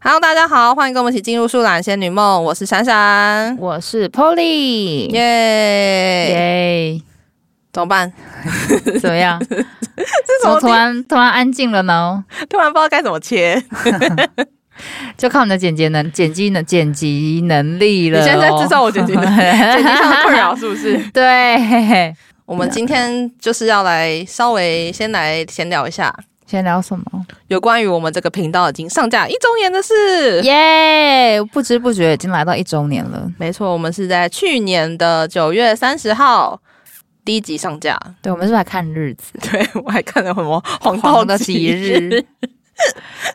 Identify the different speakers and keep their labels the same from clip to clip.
Speaker 1: Hello，大家好，欢迎跟我们一起进入《树懒仙女梦》，我是闪闪，
Speaker 2: 我是 Polly，
Speaker 1: 耶
Speaker 2: 耶，
Speaker 1: 怎么办？
Speaker 2: 怎么样？
Speaker 1: 这
Speaker 2: 怎么
Speaker 1: 么
Speaker 2: 突
Speaker 1: 突然
Speaker 2: 然突然安静了呢？
Speaker 1: 突然不知道该怎么切？
Speaker 2: 就靠你的剪辑能剪辑能剪辑能力
Speaker 1: 你
Speaker 2: 了哦、
Speaker 1: 现在在制造我剪辑 的剪辑上的困扰是不 是？
Speaker 2: 对，
Speaker 1: 我们今天就是要来稍微先来闲聊一下
Speaker 2: 先聊什么？
Speaker 1: 有关于我们这个频道已经上架一周年的事。
Speaker 2: 耶、不知不觉已经来到一周年了。
Speaker 1: 没错，我们是在去年的九月三十号第一集上架。
Speaker 2: 对，我们是来看日子，
Speaker 1: 对我还看了什么黄道
Speaker 2: 黄的
Speaker 1: 吉
Speaker 2: 吉日。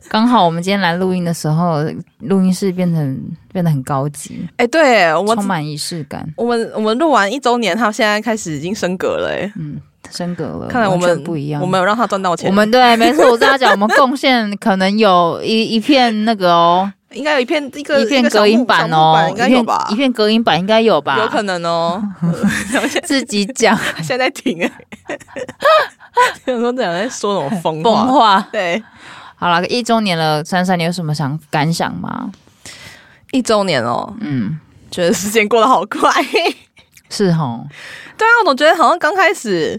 Speaker 2: 刚好我们今天来录音的时候，录音室变成变得很高级，
Speaker 1: 哎、对我
Speaker 2: 充
Speaker 1: 们
Speaker 2: 满仪式感。
Speaker 1: 我们我们录完一周年，他现在开始已经升格了、哎。
Speaker 2: 嗯，升格了，
Speaker 1: 看来我
Speaker 2: 完
Speaker 1: 们
Speaker 2: 全不一样。
Speaker 1: 我们有让他赚到钱，
Speaker 2: 我们对，没错，我正要讲，我们贡献可能有一一片那 个哦，
Speaker 1: 应该有一片一个
Speaker 2: 一片隔音板哦，
Speaker 1: 一
Speaker 2: 一
Speaker 1: 个小木小木板应该有
Speaker 2: 片
Speaker 1: 吧
Speaker 2: 一，片隔音板应该有吧？
Speaker 1: 有可能哦。
Speaker 2: 自己讲
Speaker 1: 现在在 停哎，想说这两人在说什么疯
Speaker 2: 疯
Speaker 1: 话？
Speaker 2: 话。
Speaker 1: 对，
Speaker 2: 好了，一周年了，珊珊，你有什么想感想吗？
Speaker 1: 一周年哦，
Speaker 2: 嗯，
Speaker 1: 觉得时间过得好快。 对
Speaker 2: 是吼，
Speaker 1: 啊，我总觉得好像刚开始，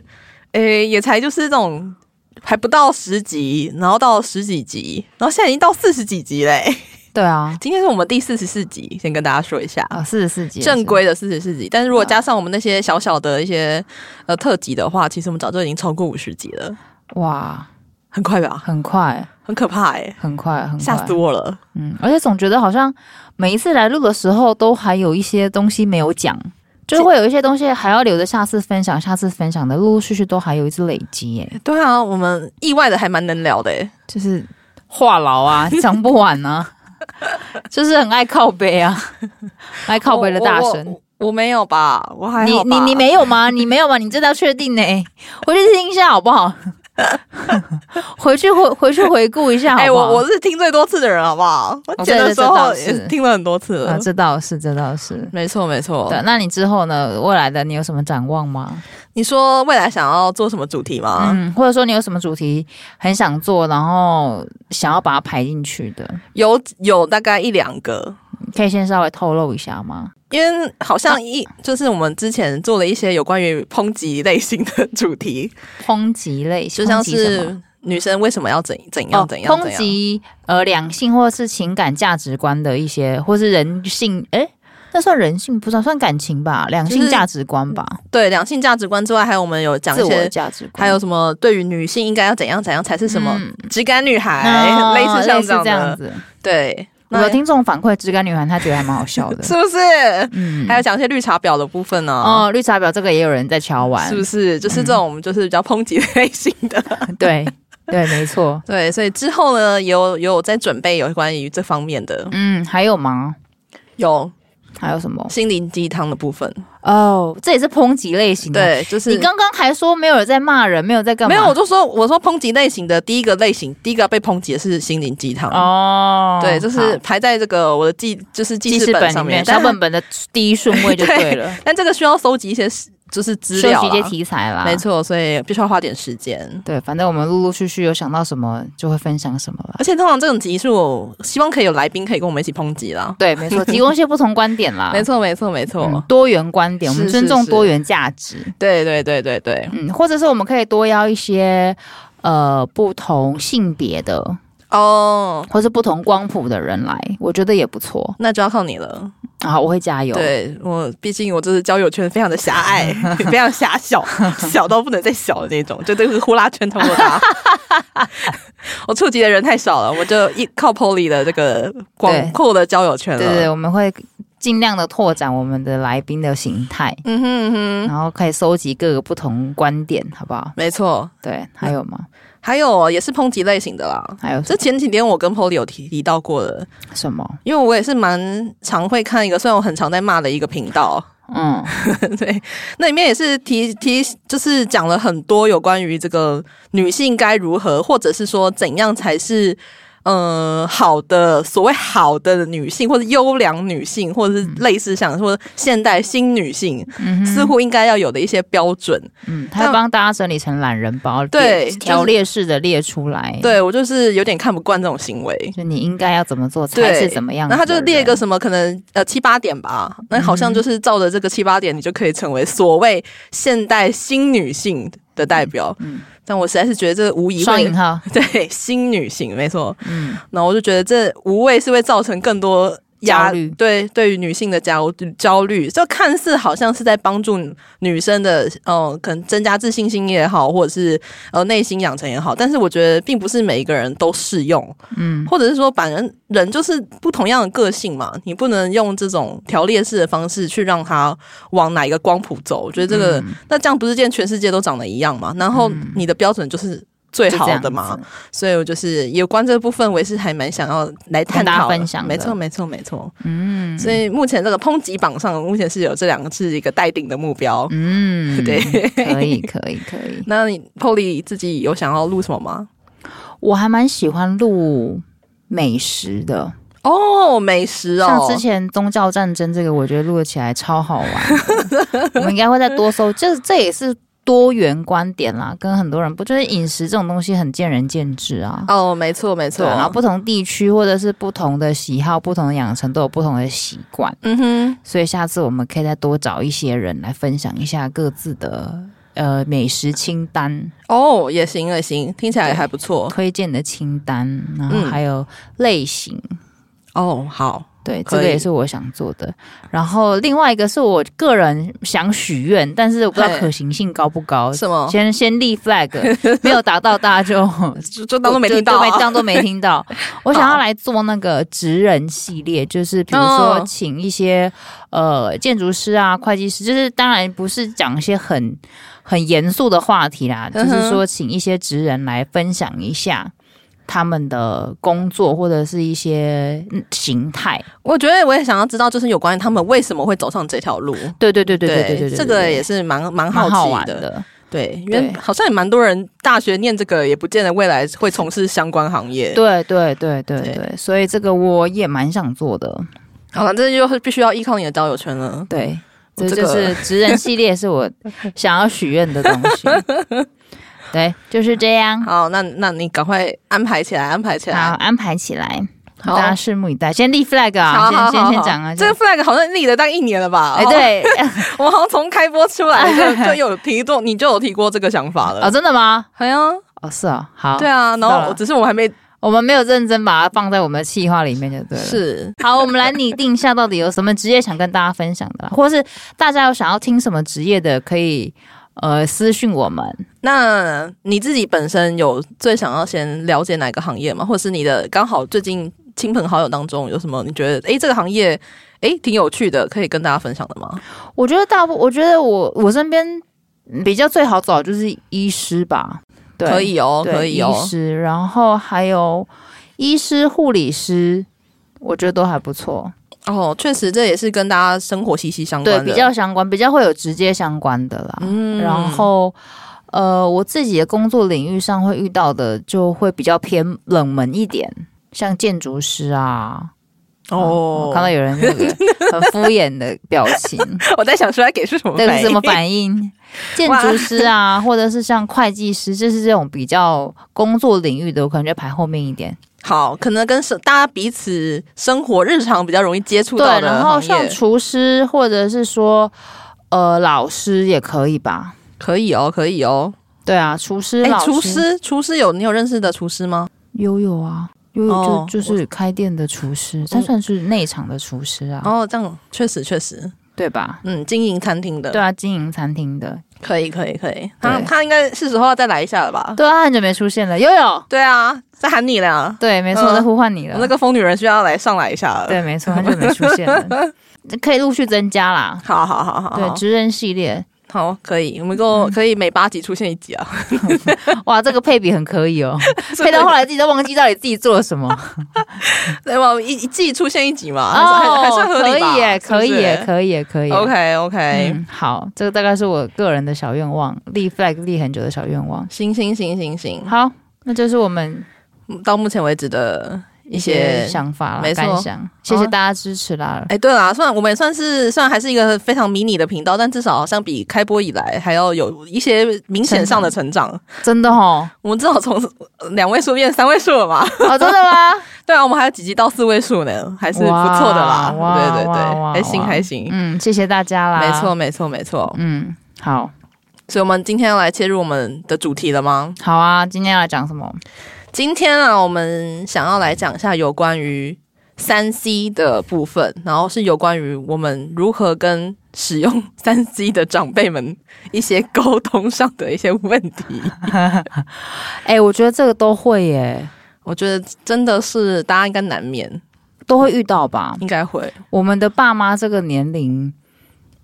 Speaker 1: 诶，也才就是这种。还不到十集，然后到十几集，然后现在已经到四十几集嘞。
Speaker 2: 对啊，
Speaker 1: 今天是我们第四十四集，先跟大家说一下。
Speaker 2: 啊，四十四集也是
Speaker 1: 正规的四十四集，但是如果加上我们那些小小的一些呃特辑的话，其实我们早就已经超过五十集了，
Speaker 2: 哇，
Speaker 1: 很快吧？
Speaker 2: 很快，
Speaker 1: 很可怕哎、
Speaker 2: 很快，很快，
Speaker 1: 吓死我了！
Speaker 2: 嗯，而且总觉得好像每一次来录的时候，都还有一些东西没有讲，就是会有一些东西还要留着下次分享，下次分享的，陆陆续续都还有一次累积，耶，
Speaker 1: 对啊，我们意外的还蛮能聊的哎、
Speaker 2: 就是话痨啊， 讲不完啊，就是很爱靠背 啊，爱靠背的大神。
Speaker 1: 我我我没有吧？我还
Speaker 2: 你
Speaker 1: 好吧
Speaker 2: 你你没有吗？你没有吗？你这要 确定呢、回去听一下好不好？回去回回去回顾一下好
Speaker 1: 哎、
Speaker 2: 不好？
Speaker 1: 我我是听最多次的人，好不好？
Speaker 2: 哦
Speaker 1: 我剪的时候
Speaker 2: 对对
Speaker 1: 也
Speaker 2: 这倒是
Speaker 1: 是听了很多次了。
Speaker 2: 啊，这倒是这倒是。
Speaker 1: 没错没错
Speaker 2: 对，那你之后呢？未来的你有什么展望吗？
Speaker 1: 你说未来想要做什么主题吗？
Speaker 2: 嗯，或者说你有什么主题很想做，然后想要把它排进去的，
Speaker 1: 有有大概一两个，
Speaker 2: 可以先稍微透露一下吗？
Speaker 1: 因为好像一、就是我们之前做了一些有关于抨击类型的主 题，
Speaker 2: 抨击类，
Speaker 1: 就像
Speaker 2: 抨击什么
Speaker 1: 是女生为什么要怎怎样怎样
Speaker 2: 哦、
Speaker 1: 怎
Speaker 2: 抨
Speaker 1: 样，
Speaker 2: 击呃两性或是情感价值观的一些，或是人性，诶，那算人性不算算感情吧？两
Speaker 1: 就
Speaker 2: 性
Speaker 1: 是
Speaker 2: 价值观吧，
Speaker 1: 对两性价值观之外，还有我们有讲
Speaker 2: 自
Speaker 1: 一
Speaker 2: 我的
Speaker 1: 些，
Speaker 2: 价值观，
Speaker 1: 还有什么对于女性应该要怎样怎样才是什么
Speaker 2: 嗯
Speaker 1: 直感女孩，
Speaker 2: 哦
Speaker 1: 类似像
Speaker 2: 类似
Speaker 1: 这
Speaker 2: 这样
Speaker 1: 样的，
Speaker 2: 子。
Speaker 1: 对，
Speaker 2: 我
Speaker 1: 那
Speaker 2: 有听众反馈，知感女孩她觉得还蛮好笑 的，
Speaker 1: 是不是？
Speaker 2: 嗯
Speaker 1: 还有讲一些绿茶婊的部分呢、
Speaker 2: 哦，绿茶婊这个也有人在敲完，嗯
Speaker 1: 是不是？就是这种就是比较抨击类型的，
Speaker 2: 对对，没错。
Speaker 1: 对，所以之后呢，也有也有在准备有关于这方面的，
Speaker 2: 嗯，还有吗？
Speaker 1: 有
Speaker 2: 还有什么？
Speaker 1: 心灵鸡汤的部分，
Speaker 2: 哦，这也是抨击类型的。
Speaker 1: 对，就是
Speaker 2: 你刚刚还说没有人在骂人，没有在干嘛？
Speaker 1: 没有，我就说我说抨击类型的第一个类型，第一个被抨击的是心灵鸡汤。
Speaker 2: 哦，
Speaker 1: 对，就是排在这个我的记，就是
Speaker 2: 记
Speaker 1: 记
Speaker 2: 事
Speaker 1: 事
Speaker 2: 本
Speaker 1: 本
Speaker 2: 里
Speaker 1: 上
Speaker 2: 面
Speaker 1: 面。
Speaker 2: 小
Speaker 1: 但
Speaker 2: 本本的第一顺位就 对了，
Speaker 1: 但这个需要搜集一些就是资
Speaker 2: 收
Speaker 1: 料
Speaker 2: 集一
Speaker 1: 啦，
Speaker 2: 些题啊材啦。
Speaker 1: 没，错，所以必须要花点时间。
Speaker 2: 对，反正我们陆陆续续有想到什么就会分享什么啦。
Speaker 1: 而且通常这种集数，我希望可以有来宾可以跟我们一起抨击啦。
Speaker 2: 对，没错，提供一些不同观点 啦。
Speaker 1: 没错，没错，没错。
Speaker 2: 啊嗯，多元观点，我
Speaker 1: 是
Speaker 2: 们尊
Speaker 1: 是
Speaker 2: 重
Speaker 1: 是
Speaker 2: 多元价值。
Speaker 1: 对对对对对。
Speaker 2: 嗯，或者是我们可以多邀一些呃不同性别的，
Speaker 1: 哦，
Speaker 2: 或是不同光谱的人来，我觉得也不错。
Speaker 1: 那就要靠你了。
Speaker 2: 好，我会加油。
Speaker 1: 对我，毕竟我这是交友圈非常的狭 隘，非常狭小，小到不能再小的那种，就这个呼啦圈通过 它。我触及的人太少了，我就一靠 Polly 的这个广
Speaker 2: 对
Speaker 1: 阔的交友圈了。
Speaker 2: 对对，我们会尽量的拓展我们的来宾的形态，
Speaker 1: 嗯哼嗯哼，
Speaker 2: 然后可以收集各个不同观点，好不好？
Speaker 1: 没错。
Speaker 2: 对，还有吗？
Speaker 1: 还有也是抨击类型的啦，
Speaker 2: 还有
Speaker 1: 这前几天我跟 Polly 有提提到过的，
Speaker 2: 什么？
Speaker 1: 因为我也是蛮常会看一个，虽然我很常在骂的一个频道，
Speaker 2: 嗯，
Speaker 1: 对，那里面也是提提，就是讲了很多有关于这个女性该如何，或者是说怎样才是。呃好的所谓好的女性，或者优良女性，或者是类似像说现代新女性，
Speaker 2: 嗯
Speaker 1: 似
Speaker 2: 哼，
Speaker 1: 乎应该要有的一些标准。
Speaker 2: 嗯，他
Speaker 1: 但
Speaker 2: 帮大家整理成懒人包，
Speaker 1: 对
Speaker 2: 列
Speaker 1: 就是
Speaker 2: 条列式的列出来，，
Speaker 1: 对我就是有点看不惯这种行为。
Speaker 2: 就你应该要怎么做才
Speaker 1: 对
Speaker 2: 是怎么样
Speaker 1: 然
Speaker 2: 的人，嗯
Speaker 1: 后他就列一个什么，可能呃七八点吧，那好像就是照着这个七八点，你就可以成为所谓现代新女性的代表。
Speaker 2: 嗯嗯
Speaker 1: 但我实在是觉得这无疑会
Speaker 2: 双引号，
Speaker 1: 对新女性没错，
Speaker 2: 嗯，
Speaker 1: 然后我就觉得这无谓是会造成更多压
Speaker 2: 焦虑
Speaker 1: 对对于女性的焦焦虑，就看似好像是在帮助女生的呃，可能增加自信心也好，或者是呃内心养成也好，但是我觉得并不是每一个人都适用，
Speaker 2: 嗯，
Speaker 1: 或者是说把人人就是不同样的个性嘛，你不能用这种条列式的方式去让他往哪一个光谱走，我觉得这个、
Speaker 2: 嗯
Speaker 1: 那这样不是见全世界都长得一样嘛，然后你的标准就是最
Speaker 2: 就
Speaker 1: 好
Speaker 2: 这样
Speaker 1: 的嘛
Speaker 2: 子，，
Speaker 1: 所以我就是有关这部分，我也是还蛮想要来探
Speaker 2: 跟大
Speaker 1: 讨
Speaker 2: 家
Speaker 1: 的
Speaker 2: 分享的
Speaker 1: 没错，没错，没错。
Speaker 2: 嗯
Speaker 1: 所以目前这个抨击榜上，目前是有这两个是一个待定的目标。
Speaker 2: 嗯，
Speaker 1: 对，
Speaker 2: 可以，可以，可以。
Speaker 1: 那你 Polly 自己有想要录什么吗？
Speaker 2: 我还蛮喜欢录美食的，
Speaker 1: 哦，美食
Speaker 2: 像
Speaker 1: 哦，
Speaker 2: 之前宗教战争这个，我觉得录得起来超好玩 的。我们应该会再多搜，这这也是多元观点啦，跟很多人不就是饮食这种东西很见仁见智啊。
Speaker 1: 哦，没错，没错
Speaker 2: 对，。然后不同地区或者是不同的喜好、不同的养成都有不同的习惯，
Speaker 1: 嗯哼，
Speaker 2: 所以下次我们可以再多找一些人来分享一下各自的呃美食清单。
Speaker 1: 哦，也行，也行，听起来还不错。
Speaker 2: 推荐的清单，然后
Speaker 1: 哦嗯
Speaker 2: 还有类型，
Speaker 1: 哦，好，
Speaker 2: 对，
Speaker 1: 可
Speaker 2: 这
Speaker 1: 以
Speaker 2: 个也是我想做的。然后另外一个是我个人想许愿，但是我不知道
Speaker 1: 嘿
Speaker 2: 可行性高不高。
Speaker 1: 什么？
Speaker 2: 先先立 flag，没有达到大家就
Speaker 1: 就就当做没听到
Speaker 2: 就就没
Speaker 1: 啊。
Speaker 2: 当做没 听到。我想要来做那个职人系列，就是比如说
Speaker 1: 哦
Speaker 2: 请一些、呃建筑师啊、会计师，就是当然不是讲一些很很严肃的话题啦，就
Speaker 1: 嗯哼
Speaker 2: 是说请一些职人来分享一下。他们的工作或者是一些嗯形态，
Speaker 1: 我觉得我也想要知道，就是有关于他们为什么会走上这条路。
Speaker 2: 对对对对对对对，
Speaker 1: 这个也是蛮蛮
Speaker 2: 蛮好
Speaker 1: 好
Speaker 2: 玩
Speaker 1: 奇的。
Speaker 2: 的，
Speaker 1: 对，因为
Speaker 2: 对
Speaker 1: 好像也蛮多人大学念这个，也不见得未来会从事相关行业。，
Speaker 2: 对对对对
Speaker 1: 对
Speaker 2: 对，所以这个我也蛮想做的，
Speaker 1: 好了，这就是必须要依靠你的交友圈了。
Speaker 2: 对，
Speaker 1: 我
Speaker 2: 这
Speaker 1: 这
Speaker 2: 就
Speaker 1: 个
Speaker 2: 是 职人系列，是我想要许愿的东西。对，就是这样。
Speaker 1: 好，那那你赶快安排起来，安排起
Speaker 2: 好，
Speaker 1: 来。
Speaker 2: 安排起来，
Speaker 1: 好
Speaker 2: 大家拭目以待。先立 flag 啊，
Speaker 1: 好好
Speaker 2: 先
Speaker 1: 好
Speaker 2: 先先
Speaker 1: 好
Speaker 2: 讲啊。
Speaker 1: 这个
Speaker 2: 先
Speaker 1: flag 好像立了大概一年了吧？哦
Speaker 2: 哎，，对，
Speaker 1: 我好像从开播出 来就就有提过，你就有提过这个想法
Speaker 2: 哦，
Speaker 1: 了。
Speaker 2: 真的吗？
Speaker 1: 好呀，
Speaker 2: 哦，是哦，好，
Speaker 1: 对，啊，然
Speaker 2: 知道
Speaker 1: 后
Speaker 2: 了
Speaker 1: 只是我还没
Speaker 2: 我们没有认真把它放在我们的计划里面，就对了。。
Speaker 1: 是
Speaker 2: 好，我们来拟定一下，到底有什么职业想跟大家分享的啦，或是大家有想要听什么职业的，可以呃私讯我们。
Speaker 1: 那你自己本身有最想要先了解哪个行业吗？或者是你的刚好最近亲朋好友当中有什么你觉得诶这个行业诶挺有趣的，可以跟大家分享的吗？
Speaker 2: 我觉得大部，我觉得我我身边比较最好找就是医师吧，对，
Speaker 1: 可以哦，
Speaker 2: 对，
Speaker 1: 可以哦
Speaker 2: 医。师，然后还有医师、护理师，我觉得都还不错，
Speaker 1: 哦，确实这也是跟大家生活息息相关
Speaker 2: 对，
Speaker 1: 的。
Speaker 2: 比较相关，比较会有直接相关的啦。
Speaker 1: 嗯
Speaker 2: 然后，呃，我自己的工作领域上会遇到的，就会比较偏冷门一点，像建筑师啊。
Speaker 1: 哦，
Speaker 2: 我看到有人那个很敷衍的表情，
Speaker 1: 我在想出来给是什么
Speaker 2: 那个
Speaker 1: 反
Speaker 2: 是
Speaker 1: 应？
Speaker 2: 什么反应？ 建筑师啊，或者是像会计师，就是这种比较工作领域的，我可能就排后面一点。
Speaker 1: 好，可能跟生大家彼此生活日常比较容易接触
Speaker 2: 对
Speaker 1: 到，的
Speaker 2: 然
Speaker 1: 行
Speaker 2: 后
Speaker 1: 业
Speaker 2: 像厨师或者是说呃老师也可以吧？
Speaker 1: 可以哦，可以哦。
Speaker 2: 对啊，厨师、
Speaker 1: 诶，
Speaker 2: 老
Speaker 1: 哎厨师，厨师有你有认识的厨师吗？
Speaker 2: 悠悠啊。悠悠就、
Speaker 1: 哦嗯
Speaker 2: 就是开店的厨师，他算是内场的厨师啊，
Speaker 1: 哦，这样确实确实，
Speaker 2: 对吧？
Speaker 1: 嗯，经营餐厅的，
Speaker 2: 对啊，经营餐厅的，
Speaker 1: 可以，可以，可以。他
Speaker 2: 对
Speaker 1: 他应该是时候要再来一下了吧？
Speaker 2: 对啊，很久没出现了，悠悠，
Speaker 1: 对啊，在喊你了。
Speaker 2: 对，没错，
Speaker 1: 嗯
Speaker 2: 我在呼唤你
Speaker 1: 我
Speaker 2: 了，
Speaker 1: 们那个疯女人需要来上来一下了。，
Speaker 2: 对，没错，很久没出 现了，可以陆续增加啦，
Speaker 1: 好好好好，
Speaker 2: 对，嗯
Speaker 1: 好
Speaker 2: 职人系 列，
Speaker 1: 好，可以，我们够可以每八集出现一集 啊。
Speaker 2: 哇，这个配比很可 以哦，配到后来自己都忘记到底自己做了 什么，
Speaker 1: 对吧？一一季出现一集嘛，还
Speaker 2: 哦，
Speaker 1: 还还算合理吧？
Speaker 2: 可以耶，可以耶，
Speaker 1: 以。
Speaker 2: 可以耶，可以耶。
Speaker 1: OK OK，
Speaker 2: 嗯，好，这个大概是我个人的小愿望，立 flag 立很久的小愿望。
Speaker 1: 行行行行行，
Speaker 2: 好，那就是我们
Speaker 1: 到目前为止的一
Speaker 2: 一
Speaker 1: 些
Speaker 2: 些啊想法啦
Speaker 1: 没、错
Speaker 2: 感想。谢谢大家支持啦！
Speaker 1: 哎，对啦，算我们也算是，虽然还是一个非常迷你的频道，但至少好像比开播以来还要有一些明显上的成长。
Speaker 2: 真的 哦，
Speaker 1: 我们至少从呃两位数变三位数了嘛？
Speaker 2: 哦，真的吗？
Speaker 1: 对啊，我们还有几集到四位数呢，还是不错的啦。
Speaker 2: 哇
Speaker 1: 对对
Speaker 2: 哇哇
Speaker 1: 对，还行
Speaker 2: 哇
Speaker 1: 还行。
Speaker 2: 嗯，谢谢大家啦！
Speaker 1: 没错，，没错，没错。
Speaker 2: 嗯，好，
Speaker 1: 所以，我们今天要来切入我们的主题了吗？
Speaker 2: 好啊，今天要来讲什么？
Speaker 1: 今天啊，我们想要来讲一下有关于三 C 的部分，然后是有关于我们如何跟使用三 C 的长辈们一些沟通上的一些问 题。
Speaker 2: 哎、我觉得这个都会耶，
Speaker 1: 我觉得真的是大家应该难免，
Speaker 2: 都会遇到吧。
Speaker 1: 应该会。
Speaker 2: 我们的爸妈这个年龄，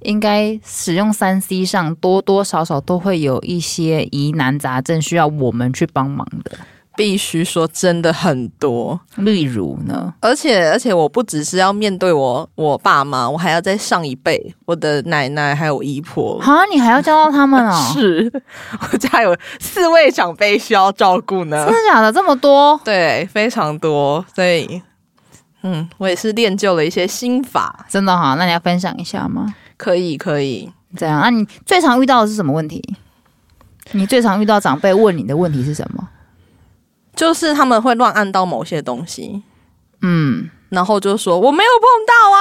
Speaker 2: 应该使用三 C 上多多少少都会有一些疑难杂症需要我们去帮忙的。
Speaker 1: 必须说，真的很多，
Speaker 2: 例如呢，
Speaker 1: 而且而且，我不只是要面对我我爸妈，我还要再上一辈，我的奶奶还有我姨婆，
Speaker 2: 啊，你还要教到他们 哦？
Speaker 1: 是 我家有四位长辈需要照顾呢
Speaker 2: 真。的假的？这么多？
Speaker 1: 对，非常多，所以嗯，我也是练就了一些心法，
Speaker 2: 真的哈、那你要分享一下吗？
Speaker 1: 可以可以。
Speaker 2: 怎样？啊，你最常遇到的是什么问题？你最常遇到长辈问你的问题是什么？
Speaker 1: 就是他们会乱按到某些东西，
Speaker 2: 嗯，
Speaker 1: 然后就说我没有碰到啊，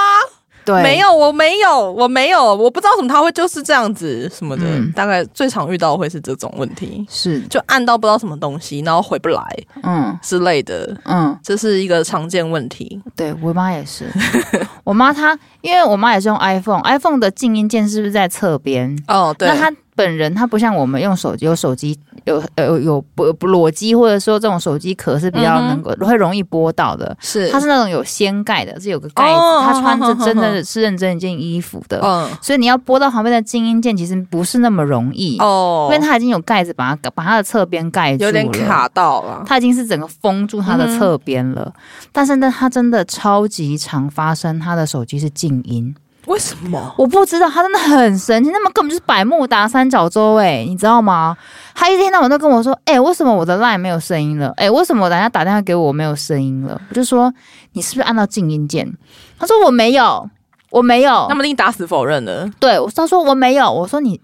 Speaker 2: 对，
Speaker 1: 没有，我没有，我没有，我不知道怎么他会就是这样子什么的，
Speaker 2: 嗯
Speaker 1: 大概最常遇到会是这种问题，
Speaker 2: 是，
Speaker 1: 就按到不知道什么东西，然后回不来
Speaker 2: 嗯
Speaker 1: 之类的。
Speaker 2: 嗯，
Speaker 1: 这是一个常见问题，
Speaker 2: 对我妈也是， 我妈她因为我妈也是用 iPhone，iPhone 的静音键是不是在侧边？
Speaker 1: 哦，对，
Speaker 2: 那她本人她不像我们用手机有手机有呃有有不不裸机或者说这种手机壳是比较
Speaker 1: 嗯哼
Speaker 2: 能够、会容易拨到的，
Speaker 1: 是
Speaker 2: 她是那种有掀盖的，是有个盖子，
Speaker 1: 哦
Speaker 2: 她穿着
Speaker 1: 好好
Speaker 2: 真
Speaker 1: 好
Speaker 2: 的是认真一件衣服的，
Speaker 1: 嗯
Speaker 2: 所以你要拨到旁边的静音键其实不是那么容易，
Speaker 1: 哦
Speaker 2: 嗯因为，它已经有盖子把它把它的侧边盖住了，
Speaker 1: 有点卡到啊了，
Speaker 2: 它已经是整个封住它的
Speaker 1: 嗯
Speaker 2: 侧边了。但是呢，它真的超级常发生，它的手机是静音。
Speaker 1: 为什么？
Speaker 2: 我不知道，它真的很神奇，那么根本就是百慕达三角洲哎、你知道吗？他一天到晚都跟我说，哎、为什么我的 line 没有声音了？哎、为什么我等下打电话给我没有声音了？我就说你是不是按到静音键？他说我没有，我没有
Speaker 1: 那。么一定打死否认了。
Speaker 2: 对，我他说我没有，我说你，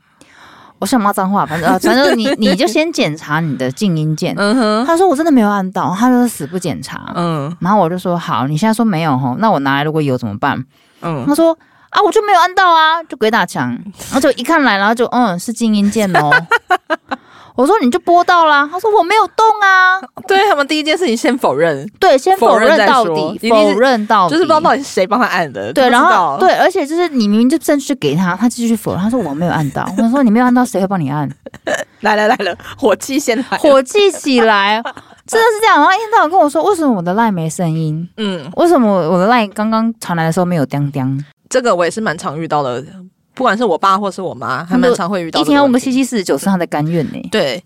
Speaker 2: 我想骂脏话，反正呃反正你你就先检查你的静音键。
Speaker 1: 嗯哼，
Speaker 2: 他说我真的没有按到，他就是死不检查。
Speaker 1: 嗯
Speaker 2: 然后我就说好，你现在说没有吼，那我拿来如果有怎么办？
Speaker 1: 嗯，
Speaker 2: 他说啊，我就没有按到啊，就鬼打墙。然后就一看来，然后就嗯是静音键哦。 我说你就播到啦，他说我没有动啊，
Speaker 1: 对他们第一件事情先否认，
Speaker 2: 对，先
Speaker 1: 否
Speaker 2: 否
Speaker 1: 认再
Speaker 2: 认到
Speaker 1: 说
Speaker 2: 底，
Speaker 1: 一定是
Speaker 2: 否认到
Speaker 1: 就
Speaker 2: 底，
Speaker 1: 是不知道到底是谁帮他按的。
Speaker 2: 对，
Speaker 1: 不知
Speaker 2: 然
Speaker 1: 道
Speaker 2: 后对，而且就是你明明就正去给他，他继续否认，他说我没有按到，我说你没有按到，谁会帮你 按？
Speaker 1: 来来来了，火气先来了，
Speaker 2: 火气起来，真的是这样。然后一天到晚跟我说，为什么我的 line 没声音？
Speaker 1: 嗯，
Speaker 2: 为什么我的 line 刚刚传来的时候没有叮叮？
Speaker 1: 这个我也是蛮常遇到的，不管是我爸或是我妈，还
Speaker 2: 们
Speaker 1: 蛮
Speaker 2: 都
Speaker 1: 常会遇到。
Speaker 2: 一天问个七。七四十九是他的甘愿呢、
Speaker 1: 对，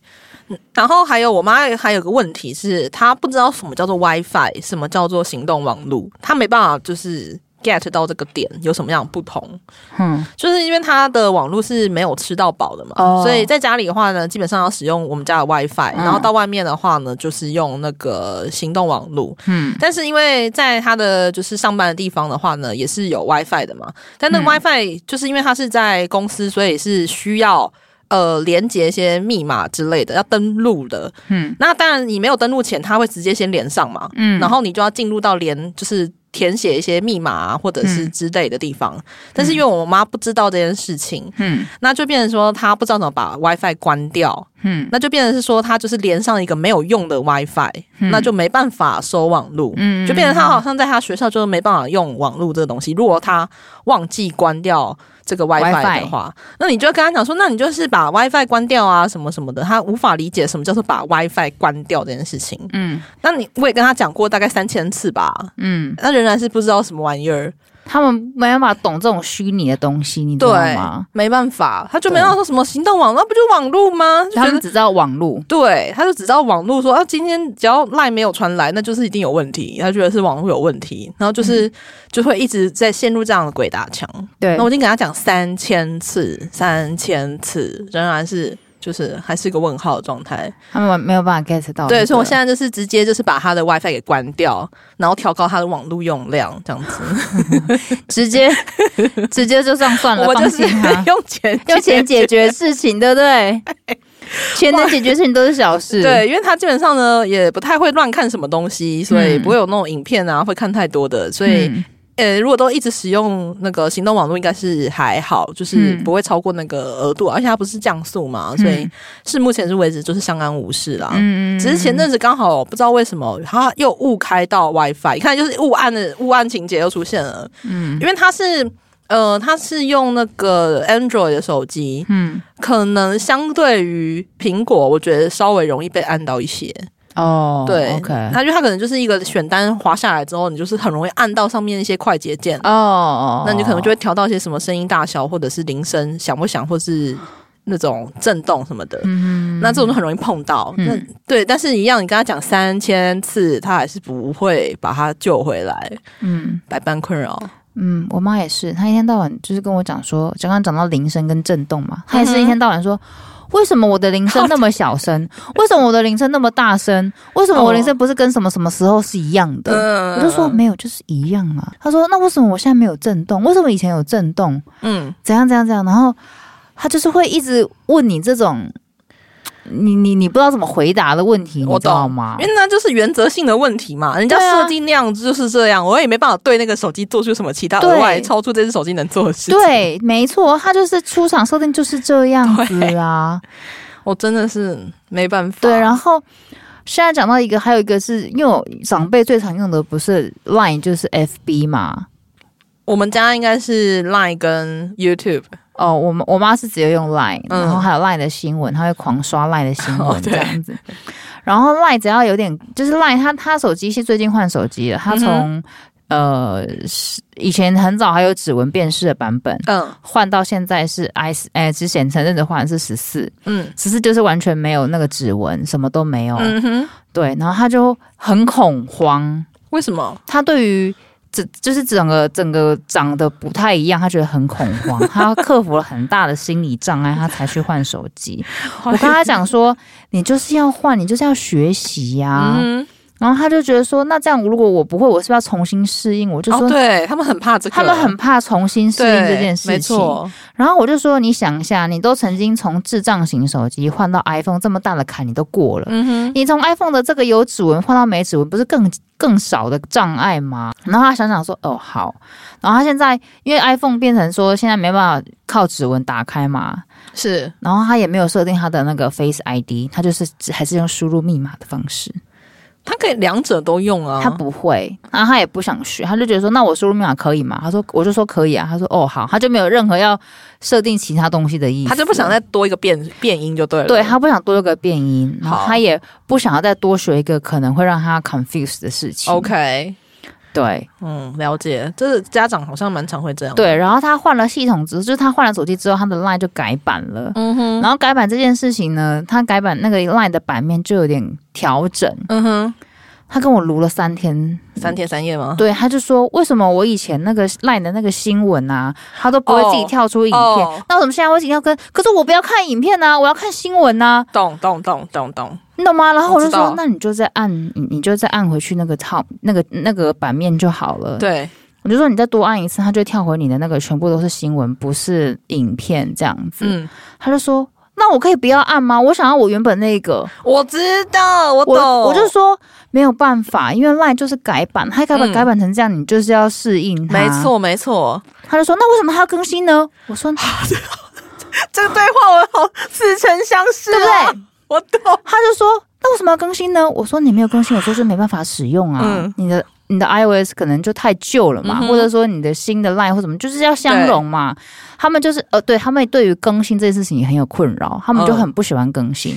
Speaker 1: 嗯然后还有我妈还有个问题是，她不知道什么叫做 WiFi，什么叫做行动网络，她没办法就是 get 到这个点有什么样的不同。
Speaker 2: 嗯，
Speaker 1: 就是因为它的网络是没有吃到饱的嘛，
Speaker 2: 哦
Speaker 1: 所以在家里的话呢，基本上要使用我们家的 WiFi，、
Speaker 2: 嗯
Speaker 1: 然后到外面的话呢，就是用那个行动网络。
Speaker 2: 嗯，
Speaker 1: 但是因为在他的就是上班的地方的话呢，也是有 WiFi 的嘛，但
Speaker 2: 嗯
Speaker 1: 那个 WiFi 就是因为它是在公司，所以是需要。呃，连接一些密码之类的，要登录的。
Speaker 2: 嗯，
Speaker 1: 那当然，你没有登录前，它会直接先连上嘛。
Speaker 2: 嗯
Speaker 1: 然后你就要进入到连就是填写一些密码啊，或者
Speaker 2: 嗯
Speaker 1: 是之类的地方。但是因为我妈不知道这件事情，
Speaker 2: 嗯
Speaker 1: 那就变成说她不知道怎么把 WiFi 关掉，
Speaker 2: 嗯
Speaker 1: 那就变成是说她就是连上一个没有用的 WiFi，、那就没办法收网路。
Speaker 2: 嗯
Speaker 1: 就变成她好像在她学校就是没办法用网络这个东西。如果她忘记关掉这个 WiFi 的
Speaker 2: WiFi
Speaker 1: 话那你就跟她讲说，那你就是把 WiFi 关掉啊，什么什么的。她无法理解什么叫做把 WiFi 关掉这件事情。
Speaker 2: 嗯
Speaker 1: 那你我也跟他讲过大概三千次吧，
Speaker 2: 嗯，
Speaker 1: 他仍然是不知道什么玩意儿，
Speaker 2: 他们没办法懂这种虚拟的东西，你知道吗？
Speaker 1: 没办法，他就没办法说什么行动网络，那不就网络吗？就
Speaker 2: 他
Speaker 1: 觉
Speaker 2: 们
Speaker 1: 得
Speaker 2: 只知道网络，
Speaker 1: 对，他就只知道网络说啊，今天只要赖没有传来，那就是一定有问题，他觉得是网络有问题，然后就是、就会一直在陷入这样的鬼打墙。
Speaker 2: 嗯对
Speaker 1: 那我已经给他讲三千次，三千次，仍然是就是还是个问号的状态。
Speaker 2: 他们没有办法 get 到那个。
Speaker 1: 对，所以我现在就是直接就是把他的 WiFi 给关掉，然后调高他的网络用量，这样子。
Speaker 2: 直接直接就这样算了，
Speaker 1: 我就
Speaker 2: 放
Speaker 1: 是，
Speaker 2: 弃 他
Speaker 1: 用钱
Speaker 2: 用钱解决事情，对不 对？钱能解决事情都是小事。
Speaker 1: 对，因为他基本上呢也不太会乱看什么东西，所以
Speaker 2: 嗯
Speaker 1: 不会有那种影片啊会看太多的，所以、
Speaker 2: 嗯，
Speaker 1: 呃，如果都一直使用那个行动网络，应该是还好，就是
Speaker 2: 嗯
Speaker 1: 不会超过那个额度，啊而且它不是降速嘛，所以
Speaker 2: 嗯
Speaker 1: 是目前是为止就是相安无事啦。
Speaker 2: 嗯
Speaker 1: 只是前阵子刚好不知道为什么，它又误开到 WiFi，你看就是误按的误按情节又出现了，
Speaker 2: 嗯
Speaker 1: 因为它是呃，它是用那个 Android 的手机，
Speaker 2: 嗯
Speaker 1: 可能相对于苹果，我觉得稍微容易被按到一些。
Speaker 2: 哦，
Speaker 1: 对
Speaker 2: ，OK，
Speaker 1: 它因为它可能就是一个选单滑下来之后，你就是很容易按到上面一些快捷键。
Speaker 2: 哦哦，
Speaker 1: 那你可能就会调到一些什么声音大小，或者是铃声响不响，或是那种震动什么的。
Speaker 2: 嗯，
Speaker 1: 那这种就很容易碰到。
Speaker 2: 嗯
Speaker 1: 那对，但是一样，你跟他讲三千次，他还是不会把他救回来，
Speaker 2: 嗯
Speaker 1: 百般困扰。
Speaker 2: 嗯，我妈也是，她一天到晚就是跟我讲说，刚刚讲到铃声跟震动嘛，
Speaker 1: 嗯
Speaker 2: 她也是一天到晚说。为什么我的铃声那么小声？为什么我的铃声那么大声？为什么我铃声不是跟什么什么时候是一样的？
Speaker 1: 嗯
Speaker 2: 我就说没有，就是一样啊。他说那为什么我现在没有震动？为什么以前有震动？
Speaker 1: 嗯，
Speaker 2: 怎样怎样怎样？然后他就是会一直问你这种，你你你不知道怎么回答的问题，你
Speaker 1: 我
Speaker 2: 知道
Speaker 1: 懂
Speaker 2: 吗
Speaker 1: 因？为那就是原则性的问题嘛，人家
Speaker 2: 对啊
Speaker 1: 设计那样就是这样，我也没办法对那个手机做出什么其他额
Speaker 2: 对
Speaker 1: 外超出这只手机能做的事情。，
Speaker 2: 对，没错，他就是出场设定就是这样子啊。
Speaker 1: 我真的是没办法。
Speaker 2: 对，然后现在讲到一个，还有一个是因为我长辈最常用的不是 Line 就是 FB 嘛。
Speaker 1: 我们家应该是 Line 跟 YouTube。
Speaker 2: 哦，我们我妈是直接用 Line，、
Speaker 1: 嗯
Speaker 2: 然后还有 Line 的新闻，她会狂刷 Line 的新
Speaker 1: 哦
Speaker 2: 闻
Speaker 1: 对
Speaker 2: 这样子。然后 Line 只要有点，就是 Line 她她手机是最近换手机了，她
Speaker 1: 嗯
Speaker 2: 从、呃是以前很早还有指纹辨识的版本，
Speaker 1: 嗯
Speaker 2: 换到现在是 I 哎之前前阵子换的是十四，
Speaker 1: 嗯
Speaker 2: 十四就是完全没有那个指纹，什么都没有。
Speaker 1: 嗯哼，
Speaker 2: 对，然后她就很恐慌，
Speaker 1: 为什么？
Speaker 2: 她对于。这就是整个整个长得不太一样，她觉得很恐 慌，她克服了很大的心理障碍，她才去换手 机。我跟她讲说，你就是要换，你就是要学习呀、
Speaker 1: 嗯哼，
Speaker 2: 然后她就觉得说，那这样如果我不会，我是不是要重新适应？我就
Speaker 1: 哦，
Speaker 2: 说，
Speaker 1: 对他们很怕这个，
Speaker 2: 他们很怕重新适应这件事情。
Speaker 1: 对没错，
Speaker 2: 然后我就说，你想一下，你都曾经从智障型手机换到 iPhone 这么大的坎，你都过了。
Speaker 1: 嗯哼，
Speaker 2: 你从 iPhone 的这个有指纹换到没指纹，不是更更少的障碍吗？然后他想想说，哦好，然后他现在因为 iPhone 变成说现在没办法靠指纹打开嘛，
Speaker 1: 是
Speaker 2: 然后他也没有设定他的那个 Face ID，他就是只还是用输入密码的方式，
Speaker 1: 他可以两者都用啊，
Speaker 2: 他不会，然后他也不想学，他就觉得说那我输入密码可以吗？他说我就说可以啊，他说哦好，他就没有任何要设定其他东西的意思，
Speaker 1: 他就不想再多一个变变音就对了，
Speaker 2: 对他不想多一个变音，然后
Speaker 1: 好
Speaker 2: 他也不想要再多学一个可能会让他 confuse 的事情。
Speaker 1: ，OK，
Speaker 2: 对，
Speaker 1: 嗯，了解，这是家长好像蛮常会这样，，
Speaker 2: 对，然后他换了系统之后，就是他换了手机之后，他的 Line 就改版了。
Speaker 1: 嗯哼，
Speaker 2: 然后改版这件事情呢，他改版那个 Line 的版面就有点调整。
Speaker 1: 嗯哼，
Speaker 2: 他跟我撸了三天，
Speaker 1: 三天三夜吗？
Speaker 2: 对，他就说为什么我以前那个 Line 的那个新闻啊，他都不会自己
Speaker 1: 哦
Speaker 2: 跳出影片，
Speaker 1: 哦
Speaker 2: 那我怎么现在会要跟？可是我不要看影片啊，我要看新闻啊，
Speaker 1: 懂懂懂懂懂，
Speaker 2: 你懂吗？然后我就
Speaker 1: 我知道
Speaker 2: 说，那你就再按，你你就再按回去那个 top 那个那个版面就好了。
Speaker 1: 对，
Speaker 2: 我就说你再多按一次，它就会跳回你的那个全部都是新闻，不是影片这样子。
Speaker 1: 嗯，
Speaker 2: 他就说：“那我可以不要按吗？我想要我原本那个。
Speaker 1: 我知道，我
Speaker 2: 我”
Speaker 1: 懂，
Speaker 2: 我就说没有办法，因为 Line 就是改版，它改版
Speaker 1: 嗯
Speaker 2: 改版成这样，你就是要适应它。
Speaker 1: 没。错啊没错，
Speaker 2: 他就说：“那为什么它要更新呢？”我说：“
Speaker 1: 啊这个对话我好似曾相识，啊
Speaker 2: 对不对？”
Speaker 1: 我懂，
Speaker 2: 他就说：“那为什么要更新呢？”我说：“你没有更新，我说是没办法使用啊，
Speaker 1: 嗯
Speaker 2: 你的。”你的 iOS 可能就太旧了嘛，
Speaker 1: 嗯哼
Speaker 2: 或者说你的新的 Line 或什么，就是要相容嘛。他们就是呃，对他们对于更新这件事情也很有困扰，他们就
Speaker 1: 嗯
Speaker 2: 很不喜欢更新。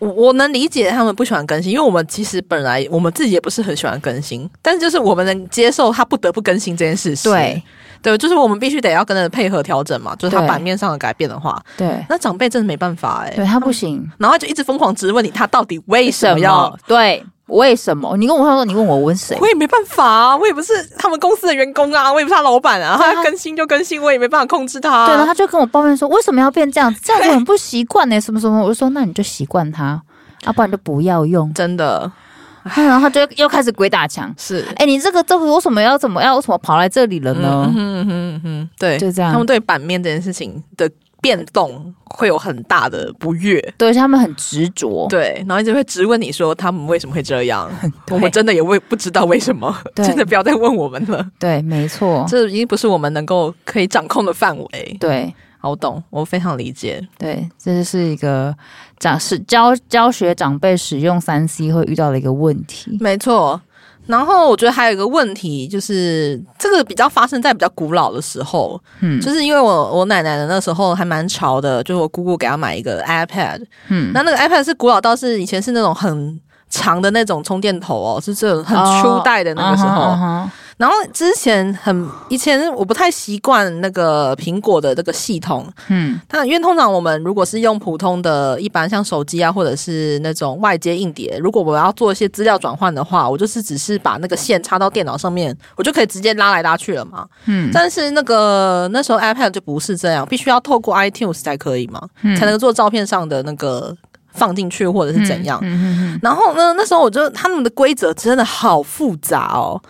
Speaker 1: 我我能理解他们不喜欢更新，因为我们其实本来我们自己也不是很喜欢更新，但是就是我们能接受他不得不更新这件事实，
Speaker 2: 对
Speaker 1: 对，就是我们必须得要跟着配合调整嘛，就是它
Speaker 2: 对
Speaker 1: 版面上的改变的话，
Speaker 2: 对
Speaker 1: 那长辈真的没办法哎、
Speaker 2: 对，他不行。
Speaker 1: 然后就一直疯狂质问你，他到底为什么要？
Speaker 2: 对为什么？你跟我说，你问我问谁？
Speaker 1: 我也没办法啊，我也不是他们公司的员工啊，我也不是他老板啊，
Speaker 2: 对啊
Speaker 1: 他要更新就更新，我也没办法控制他、啊
Speaker 2: 啊对，然后他就跟我抱怨说，为什么要变这样子？这样子很不习惯呢，什么什么。我就说，那你就习惯它，啊要不然就不要用。
Speaker 1: 真的
Speaker 2: 然后他就又开始鬼打墙。
Speaker 1: 是，
Speaker 2: 哎、你这个这个为什么要怎么要为什么跑来这里了呢？
Speaker 1: 嗯哼嗯哼嗯哼，对，
Speaker 2: 就这样
Speaker 1: 他们对版面这件事情的变动会有很大的不悦。
Speaker 2: 对他们很执着，
Speaker 1: 对，然后一直会质问你说他们为什么会这 样，我们真的也为不知道为什么，
Speaker 2: 对哦
Speaker 1: 真的不要再问我们了，
Speaker 2: 对，没错，
Speaker 1: 这已经不是我们能够可以掌控的范围。
Speaker 2: 对
Speaker 1: 好，我懂，我非常理解。
Speaker 2: 对，这就是一个长是教教学长辈使用三 C 会遇到的一个问题。
Speaker 1: 没错。然后我觉得还有一个问题，就是这个比较发生在比较古老的时候，
Speaker 2: 嗯
Speaker 1: 就是因为我我奶奶的那时候还蛮潮的，就是我姑姑给她买一个 iPad，
Speaker 2: 嗯，
Speaker 1: 那那个 iPad 是古老到是以前是那种很长的那种充电头哦，是这种很初代的那个时候。
Speaker 2: 嗯哼嗯哼
Speaker 1: 然后之前很以前我不太习惯那个苹果的这个系统，
Speaker 2: 嗯
Speaker 1: 那因为通常我们如果是用普通的一般像手机啊，或者是那种外接硬碟，如果我要做一些资料转换的话，我就是只是把那个线插到电脑上面，我就可以直接拉来拉去了嘛。
Speaker 2: 嗯
Speaker 1: 但是那个那时候 iPad 就不是这样，必须要透过 iTunes 才可以嘛，
Speaker 2: 嗯
Speaker 1: 才能做照片上的那个放进去或者是怎样。
Speaker 2: 嗯嗯嗯
Speaker 1: 然后呢，那时候我就他们的规则真的好复杂哦，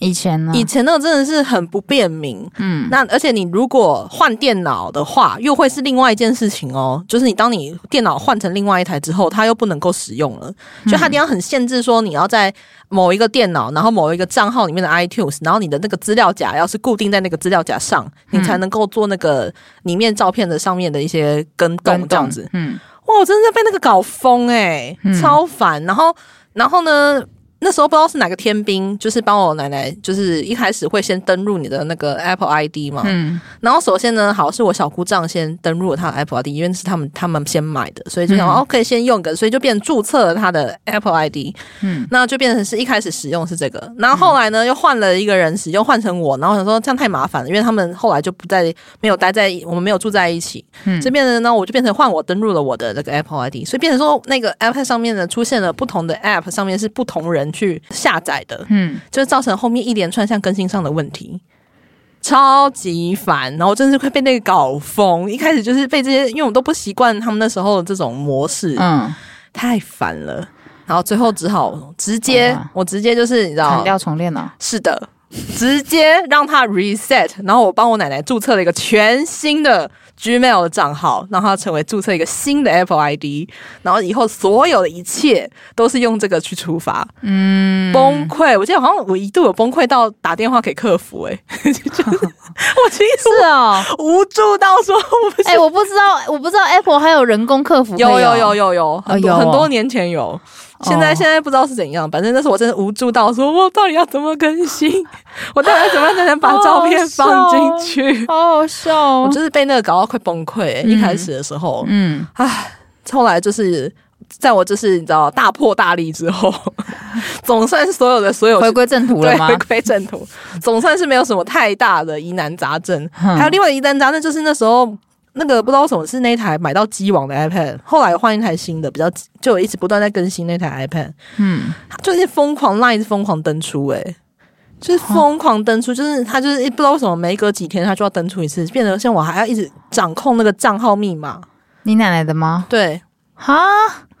Speaker 2: 以前呢？
Speaker 1: 以前那个真的是很不便民。
Speaker 2: 嗯
Speaker 1: 那而且你如果换电脑的话，又会是另外一件事情哦。就是你当你电脑换成另外一台之后，它又不能够使用了，所以它一定要很限制说你要在某一个电脑，然后某一个账号里面的 iTunes，然后你的那个资料夹要是固定在那个资料夹上，你才能够做那个里面照片的上面的一些跟动
Speaker 2: 跟
Speaker 1: 这样子。，
Speaker 2: 嗯
Speaker 1: 哇，我真的是被那个搞疯哎、
Speaker 2: 嗯
Speaker 1: 超烦。然后，然后呢？那时候不知道是哪个天兵，就是帮我奶奶，就是一开始会先登录你的那个 Apple ID 嘛，
Speaker 2: 嗯
Speaker 1: 然后首先呢，好是我小姑丈先登录了他的 Apple ID，因为是他们他们先买的，所以就想、
Speaker 2: 嗯
Speaker 1: 哦可以先用个，所以就变成注册了他的 Apple ID，
Speaker 2: 嗯
Speaker 1: 那就变成是一开始使用是这个，然后后来呢又换了一个人使用，换成我，然后我想说这样太麻烦了，因为他们后来就不在没有待在我们没有住在一起，
Speaker 2: 嗯
Speaker 1: 这边呢，那我就变成换我登录了我的那个 Apple ID，所以变成说那个 Apple 上面呢出现了不同的 App，上面是不同人去下载的，
Speaker 2: 嗯，
Speaker 1: 就造成后面一连串像更新上的问题，超级烦。然后真是快被那个搞疯，一开始就是被这些，因为我都不习惯他们那时候的这种模式，
Speaker 2: 嗯，
Speaker 1: 太烦了。然后最后只好直接，
Speaker 2: 好吧
Speaker 1: 我直接就是你知
Speaker 2: 嗯砍
Speaker 1: 道，
Speaker 2: 掉重练啊了。
Speaker 1: 是的，直接让他 reset，然后我帮我奶奶注册了一个全新的 Gmail 的账号，让她成为注册一个新的 Apple ID，然后以后所有的一切都是用这个去出发，
Speaker 2: 嗯，
Speaker 1: 崩溃。我记得好像我一度有崩溃到打电话给客服、欸， 哎，就是我其实
Speaker 2: 是哦。
Speaker 1: 无助到说我不
Speaker 2: 哎、我不知道，我不知道 Apple 还有人工客服可以
Speaker 1: 有
Speaker 2: 哦。
Speaker 1: 有有有有，很多
Speaker 2: 有哦
Speaker 1: 很多年前有，现在
Speaker 2: 哦
Speaker 1: 现在不知道是怎样，反正那时候我真的无助到说，我到底要怎么更新？ 我到底要怎么样才能把照片放进去？
Speaker 2: 好好笑哦
Speaker 1: 我就是被那个搞到快崩溃，
Speaker 2: 嗯
Speaker 1: 一开始的时候，
Speaker 2: 嗯，
Speaker 1: 后来就是在我就是你知道大破大立之后， 总算所有的所有
Speaker 2: 回归正途了
Speaker 1: 对
Speaker 2: 吗
Speaker 1: 回？归正途，总算是没有什么太大的疑难杂症。
Speaker 2: 哼
Speaker 1: 还有另外一单杂，那就是那时候那个不知道为什么是那台买到机网的 iPad，后来换一台新的，比较就有一直不断在更新那台 iPad，
Speaker 2: 嗯，
Speaker 1: 它就是疯狂 Line 一直疯狂登出、欸，就是疯狂登出，就是它就是不知道为什么每隔几天它就要登出一次，变得像我还要一直掌控那个账号密码。
Speaker 2: 你奶奶的吗？
Speaker 1: 对，
Speaker 2: 哈，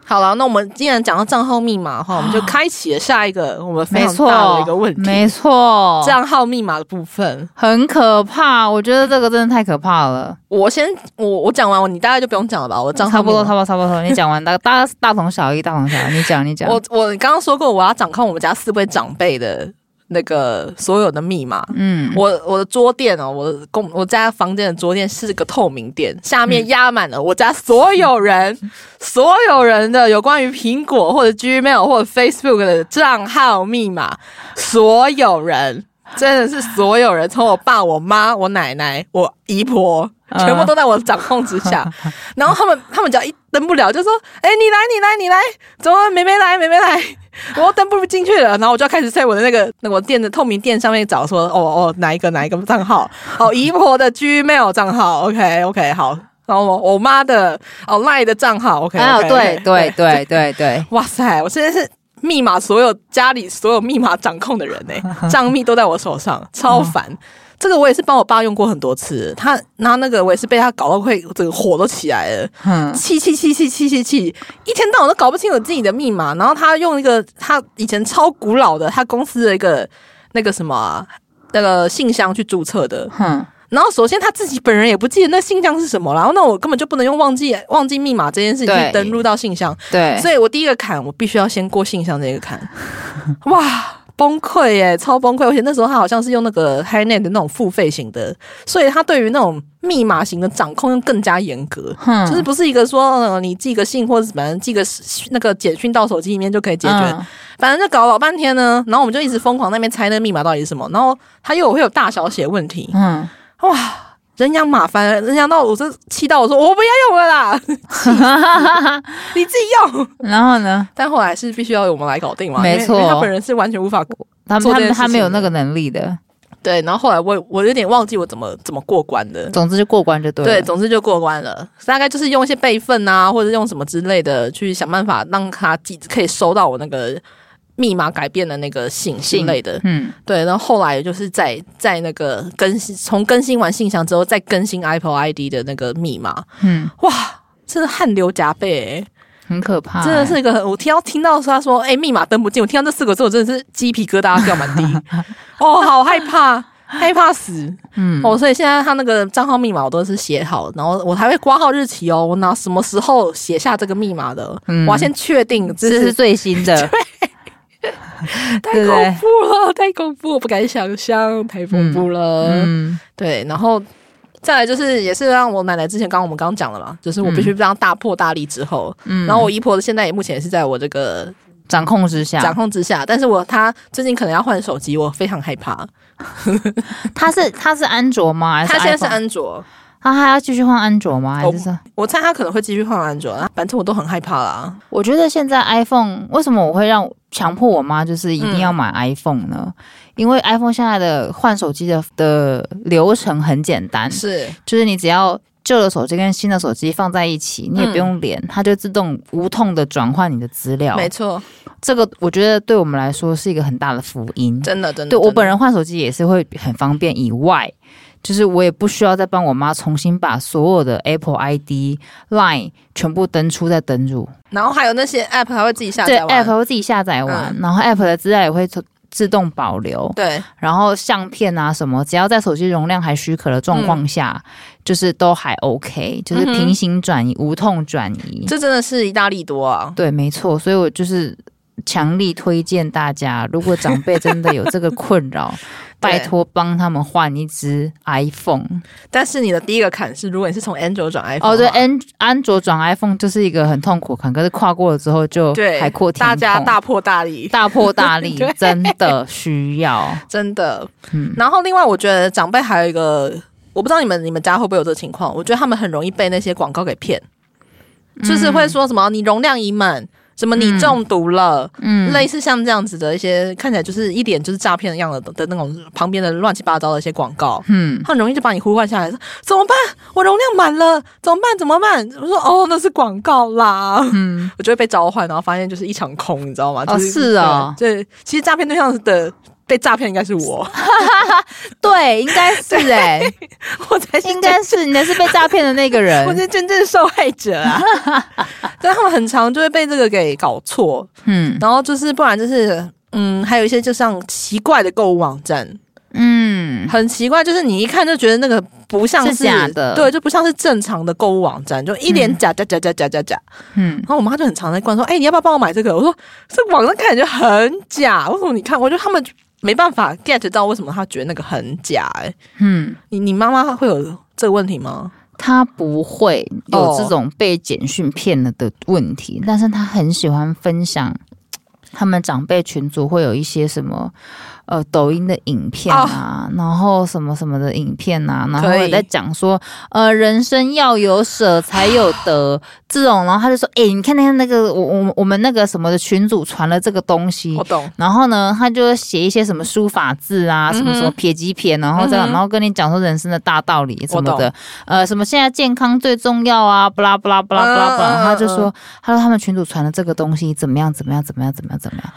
Speaker 1: 好了，那我们既然讲到账号密码的话，我们就开启了下一个我们非
Speaker 2: 啊没
Speaker 1: 常
Speaker 2: 错
Speaker 1: 大的一个问，题
Speaker 2: 没错，
Speaker 1: ——账号密码的部分。
Speaker 2: 很可怕。我觉得这个真的太可怕了。
Speaker 1: 我先我我讲完，你大概就不用讲了吧？我账号
Speaker 2: 嗯差不多，
Speaker 1: 密
Speaker 2: 差
Speaker 1: 码
Speaker 2: 不多，差 不多。你讲完，大大大同小异，大同小异。你讲，你讲。
Speaker 1: 我我刚刚说过，我要掌控我们家四位长辈的那个所有的密码。
Speaker 2: 嗯，
Speaker 1: 我我的桌垫哦，我的公我家房间的桌垫是个透明垫，下
Speaker 2: 嗯
Speaker 1: 面压满了我家所有人、所有人的有关于苹果或者 Gmail 或者 Facebook 的账号密码，所有人真的是所有人，从我爸、我妈、我奶奶、我姨婆，
Speaker 2: 嗯
Speaker 1: 全部都在我掌控之下。然后他们他们只要一登不了，就说：“哎、你来，你来，你来，怎么妹妹来，妹妹来。”我又登不进去了，然后我就要开始在我的那个那我店的透明店上面找说，哦哦，哪一个哪一个账号？哦，姨婆的 Gmail 账号，OK OK，好。然后我我妈的哦 Line 的账号，OK，, o
Speaker 2: 哎
Speaker 1: k
Speaker 2: 呦，对对对对对，
Speaker 1: 哇塞，我真的是密码所有家里所有密码掌控的人呢、账密都在我手上，超烦。这个我也是帮我爸用过很多次，他拿那个我也是被他搞到会整个火都起来了，
Speaker 2: 哼，
Speaker 1: 气气气气气气气，一天到晚都搞不清楚自己的密码。然后他用一个他以前超古老的他公司的一个那个什么啊、那个信箱去注册的，
Speaker 2: 哼，
Speaker 1: 然后首先他自己本人也不记得那信箱是什么，然后那我根本就不能用忘记忘记密码这件事情
Speaker 2: 对
Speaker 1: 去登录到信箱，
Speaker 2: 对，
Speaker 1: 所以我第一个坎我必须要先过信箱这个坎， 哇。崩溃耶，超崩溃！而且那时候他好像是用那个 HiNet 的那种付费型的，所以他对于那种密码型的掌控又更加严格。
Speaker 2: 哼
Speaker 1: 就是不是一个说、呃、你寄个信或者怎么样，寄个那个简讯到手机里面就可以解决。
Speaker 2: 嗯
Speaker 1: 反正就搞了老半天呢，然后我们就一直疯狂那边猜那个密码到底是什么，然后它又会有大小写问题，
Speaker 2: 嗯，
Speaker 1: 哇，人仰马翻，人仰到我这气到我说我不要用了啦， 你自己用。
Speaker 2: 然后呢？
Speaker 1: 但后来是必须要我们来搞定嘛，因为
Speaker 2: 没错
Speaker 1: 因为他本人是完全无法
Speaker 2: 他
Speaker 1: 做这
Speaker 2: 们他
Speaker 1: 件
Speaker 2: 们
Speaker 1: 事情
Speaker 2: 他没有那个能力的，
Speaker 1: 对。然后后来我我有点忘记我怎么怎么过关的，
Speaker 2: 总之就过关就对了。
Speaker 1: 对，总之就过关了。大概就是用一些备份啊，或者用什么之类的，去想办法让他记可以收到我那个密码改变的那个信之类的。
Speaker 2: 嗯，
Speaker 1: 对，然后后来就是在在那个更新，从更新完信箱之后，再更新 Apple ID 的那个密码，
Speaker 2: 嗯
Speaker 1: 哇！真的汗流浃背、
Speaker 2: 很可怕、
Speaker 1: 欸，真的是一个很我听到听到他说，哎、密码登不进，我听到这四个字，我真的是鸡皮疙瘩掉满地， 哦，好害怕，害怕死。
Speaker 2: 嗯，
Speaker 1: 哦，所以现在他那个账号密码我都是写好，然后我还会挂号日期哦，我拿什么时候写下这个密码的，
Speaker 2: 嗯
Speaker 1: 我要先确定，
Speaker 2: 这
Speaker 1: 这
Speaker 2: 是
Speaker 1: 是
Speaker 2: 最 新的，
Speaker 1: 太
Speaker 2: 对不对
Speaker 1: 恐怖了，太恐怖，我不敢想象，太恐怖了。
Speaker 2: 嗯
Speaker 1: 对，然后再来就是也是让我奶奶之前刚刚我们刚刚讲了嘛，就是我必须让大破大立之后，
Speaker 2: 嗯，
Speaker 1: 然后我姨婆现在也目前也是在我这个
Speaker 2: 掌控之下
Speaker 1: 掌，控之下，但是我她最近可能要换手机，我非常害怕。
Speaker 2: 他是他是安卓吗？啊还是
Speaker 1: 她现在是
Speaker 2: iPhone？
Speaker 1: 安哦卓，
Speaker 2: 他还要继续换安卓吗？还是说？
Speaker 1: 我猜她可能会继续换安卓，反正我都很害怕啦。
Speaker 2: 我觉得现在 iPhone 为什么我会让强迫我妈就是一
Speaker 1: 嗯
Speaker 2: 定要买 iPhone 呢？因为 iPhone 现在的换手机的的流程很简单，
Speaker 1: 是，
Speaker 2: 嗯就是你只要旧的手机跟新的手机放在一起，你也
Speaker 1: 嗯
Speaker 2: 不用连，它就自动无痛的转换你的资料。
Speaker 1: 没错，
Speaker 2: 这个我觉得对我们来说是一个很大的福音。
Speaker 1: 真的真的。
Speaker 2: 对我
Speaker 1: 真的
Speaker 2: 本人换手机也是会很方便，以外就是我也不需要再帮我妈重新把所有的 Apple ID、Line 全部登出再登入，
Speaker 1: 然后还有那些 app 还会自己下
Speaker 2: 对
Speaker 1: 载完嗯
Speaker 2: App 会自己下载完，然后 App 的资料也会自自动保留，
Speaker 1: 对
Speaker 2: 然后相片啊什么，只要在手机容量还许可的状况下，就是都还 OK，就是
Speaker 1: 嗯嗯哼
Speaker 2: 平行转移、无痛转移。
Speaker 1: 这真的是一大利多啊！
Speaker 2: 对，没错，所以我就是强力推荐大家，如果长辈真的有这个困 扰，拜托帮他们换一只 iPhone。
Speaker 1: 但是你的第一个坎是，如果你是从 Android 转 iPhone，啊
Speaker 2: 哦，对，
Speaker 1: 嘛
Speaker 2: 安安卓转 iPhone 就是一个很痛苦的坎，可是跨过了之后就
Speaker 1: 对，
Speaker 2: 海阔天
Speaker 1: 大
Speaker 2: 空，
Speaker 1: 家大破大立，
Speaker 2: 大破大 立
Speaker 1: 对，
Speaker 2: 真的需要。
Speaker 1: 真的。
Speaker 2: 嗯
Speaker 1: 然后另外，我觉得长辈还有一个，我不知道你们你们家会不会有这个情况，我觉得他们很容易被那些广告给骗，就是会说什么你容量已满。什么？你中毒了？
Speaker 2: 嗯
Speaker 1: 类似像这样子的一些看起来就是一点就是诈骗的样子的的那种旁边的乱七八糟的一些广告，
Speaker 2: 嗯，
Speaker 1: 他很容易就把你呼唤下来，说怎么办？我容量满了，怎么办？怎么办？我说哦，那是广告啦。嗯， 我就会被召唤，然后发现就是一场空，你知道吗？就
Speaker 2: 哦
Speaker 1: 是
Speaker 2: 哦
Speaker 1: 对，对其实诈骗对象的被诈骗应该是我，
Speaker 2: 对，应该是哎、
Speaker 1: 我才是
Speaker 2: 应该是你的是被诈骗的那个
Speaker 1: 真。我
Speaker 2: 人。
Speaker 1: 是真正受害者 啊！但他们很常就会被这个给搞错，
Speaker 2: 嗯
Speaker 1: 然后就是不然就是嗯，还有一些就像奇怪的购物网站，
Speaker 2: 嗯，
Speaker 1: 很奇怪，就是你一看就觉得那个不像
Speaker 2: 是假的
Speaker 1: 对，就不像是正常的购物网站，就一脸假假假假假假假。
Speaker 2: 嗯
Speaker 1: 然后我妈就很常在灌说：“哎、你要不要帮我买这个？”我说：“这网上看起来就很假，为什么你看？我觉得他们没办法 get 到为什么他觉得那个很假、哎，
Speaker 2: 嗯，
Speaker 1: 你你妈妈会有这个问题吗？
Speaker 2: 他不会
Speaker 1: 哦
Speaker 2: 有这种被简讯骗了的问题，但是他很喜欢分享他们长辈群组会有一些什么呃抖音的影片啊，然后什么什么的影片啊，然后
Speaker 1: 可以
Speaker 2: 也在讲说呃人生要有舍才有得这种，然后他就说，哎、你看那个那个我我我们那个什么的群主传了这个东西
Speaker 1: 我。懂，
Speaker 2: 然后呢，他就写一些什么书法字啊，什么什么
Speaker 1: 嗯哼
Speaker 2: 撇几撇，然后这样，
Speaker 1: 嗯哼
Speaker 2: 然后跟你讲说人生的大道理什么
Speaker 1: 我
Speaker 2: 的
Speaker 1: 懂，
Speaker 2: 呃，什么现在健康最重要啊，不啦不啦不啦不啦不啦，
Speaker 1: 嗯嗯嗯
Speaker 2: 然后他就说，他说他们群主传的这个东西怎么样怎么样怎么样怎么样怎么样，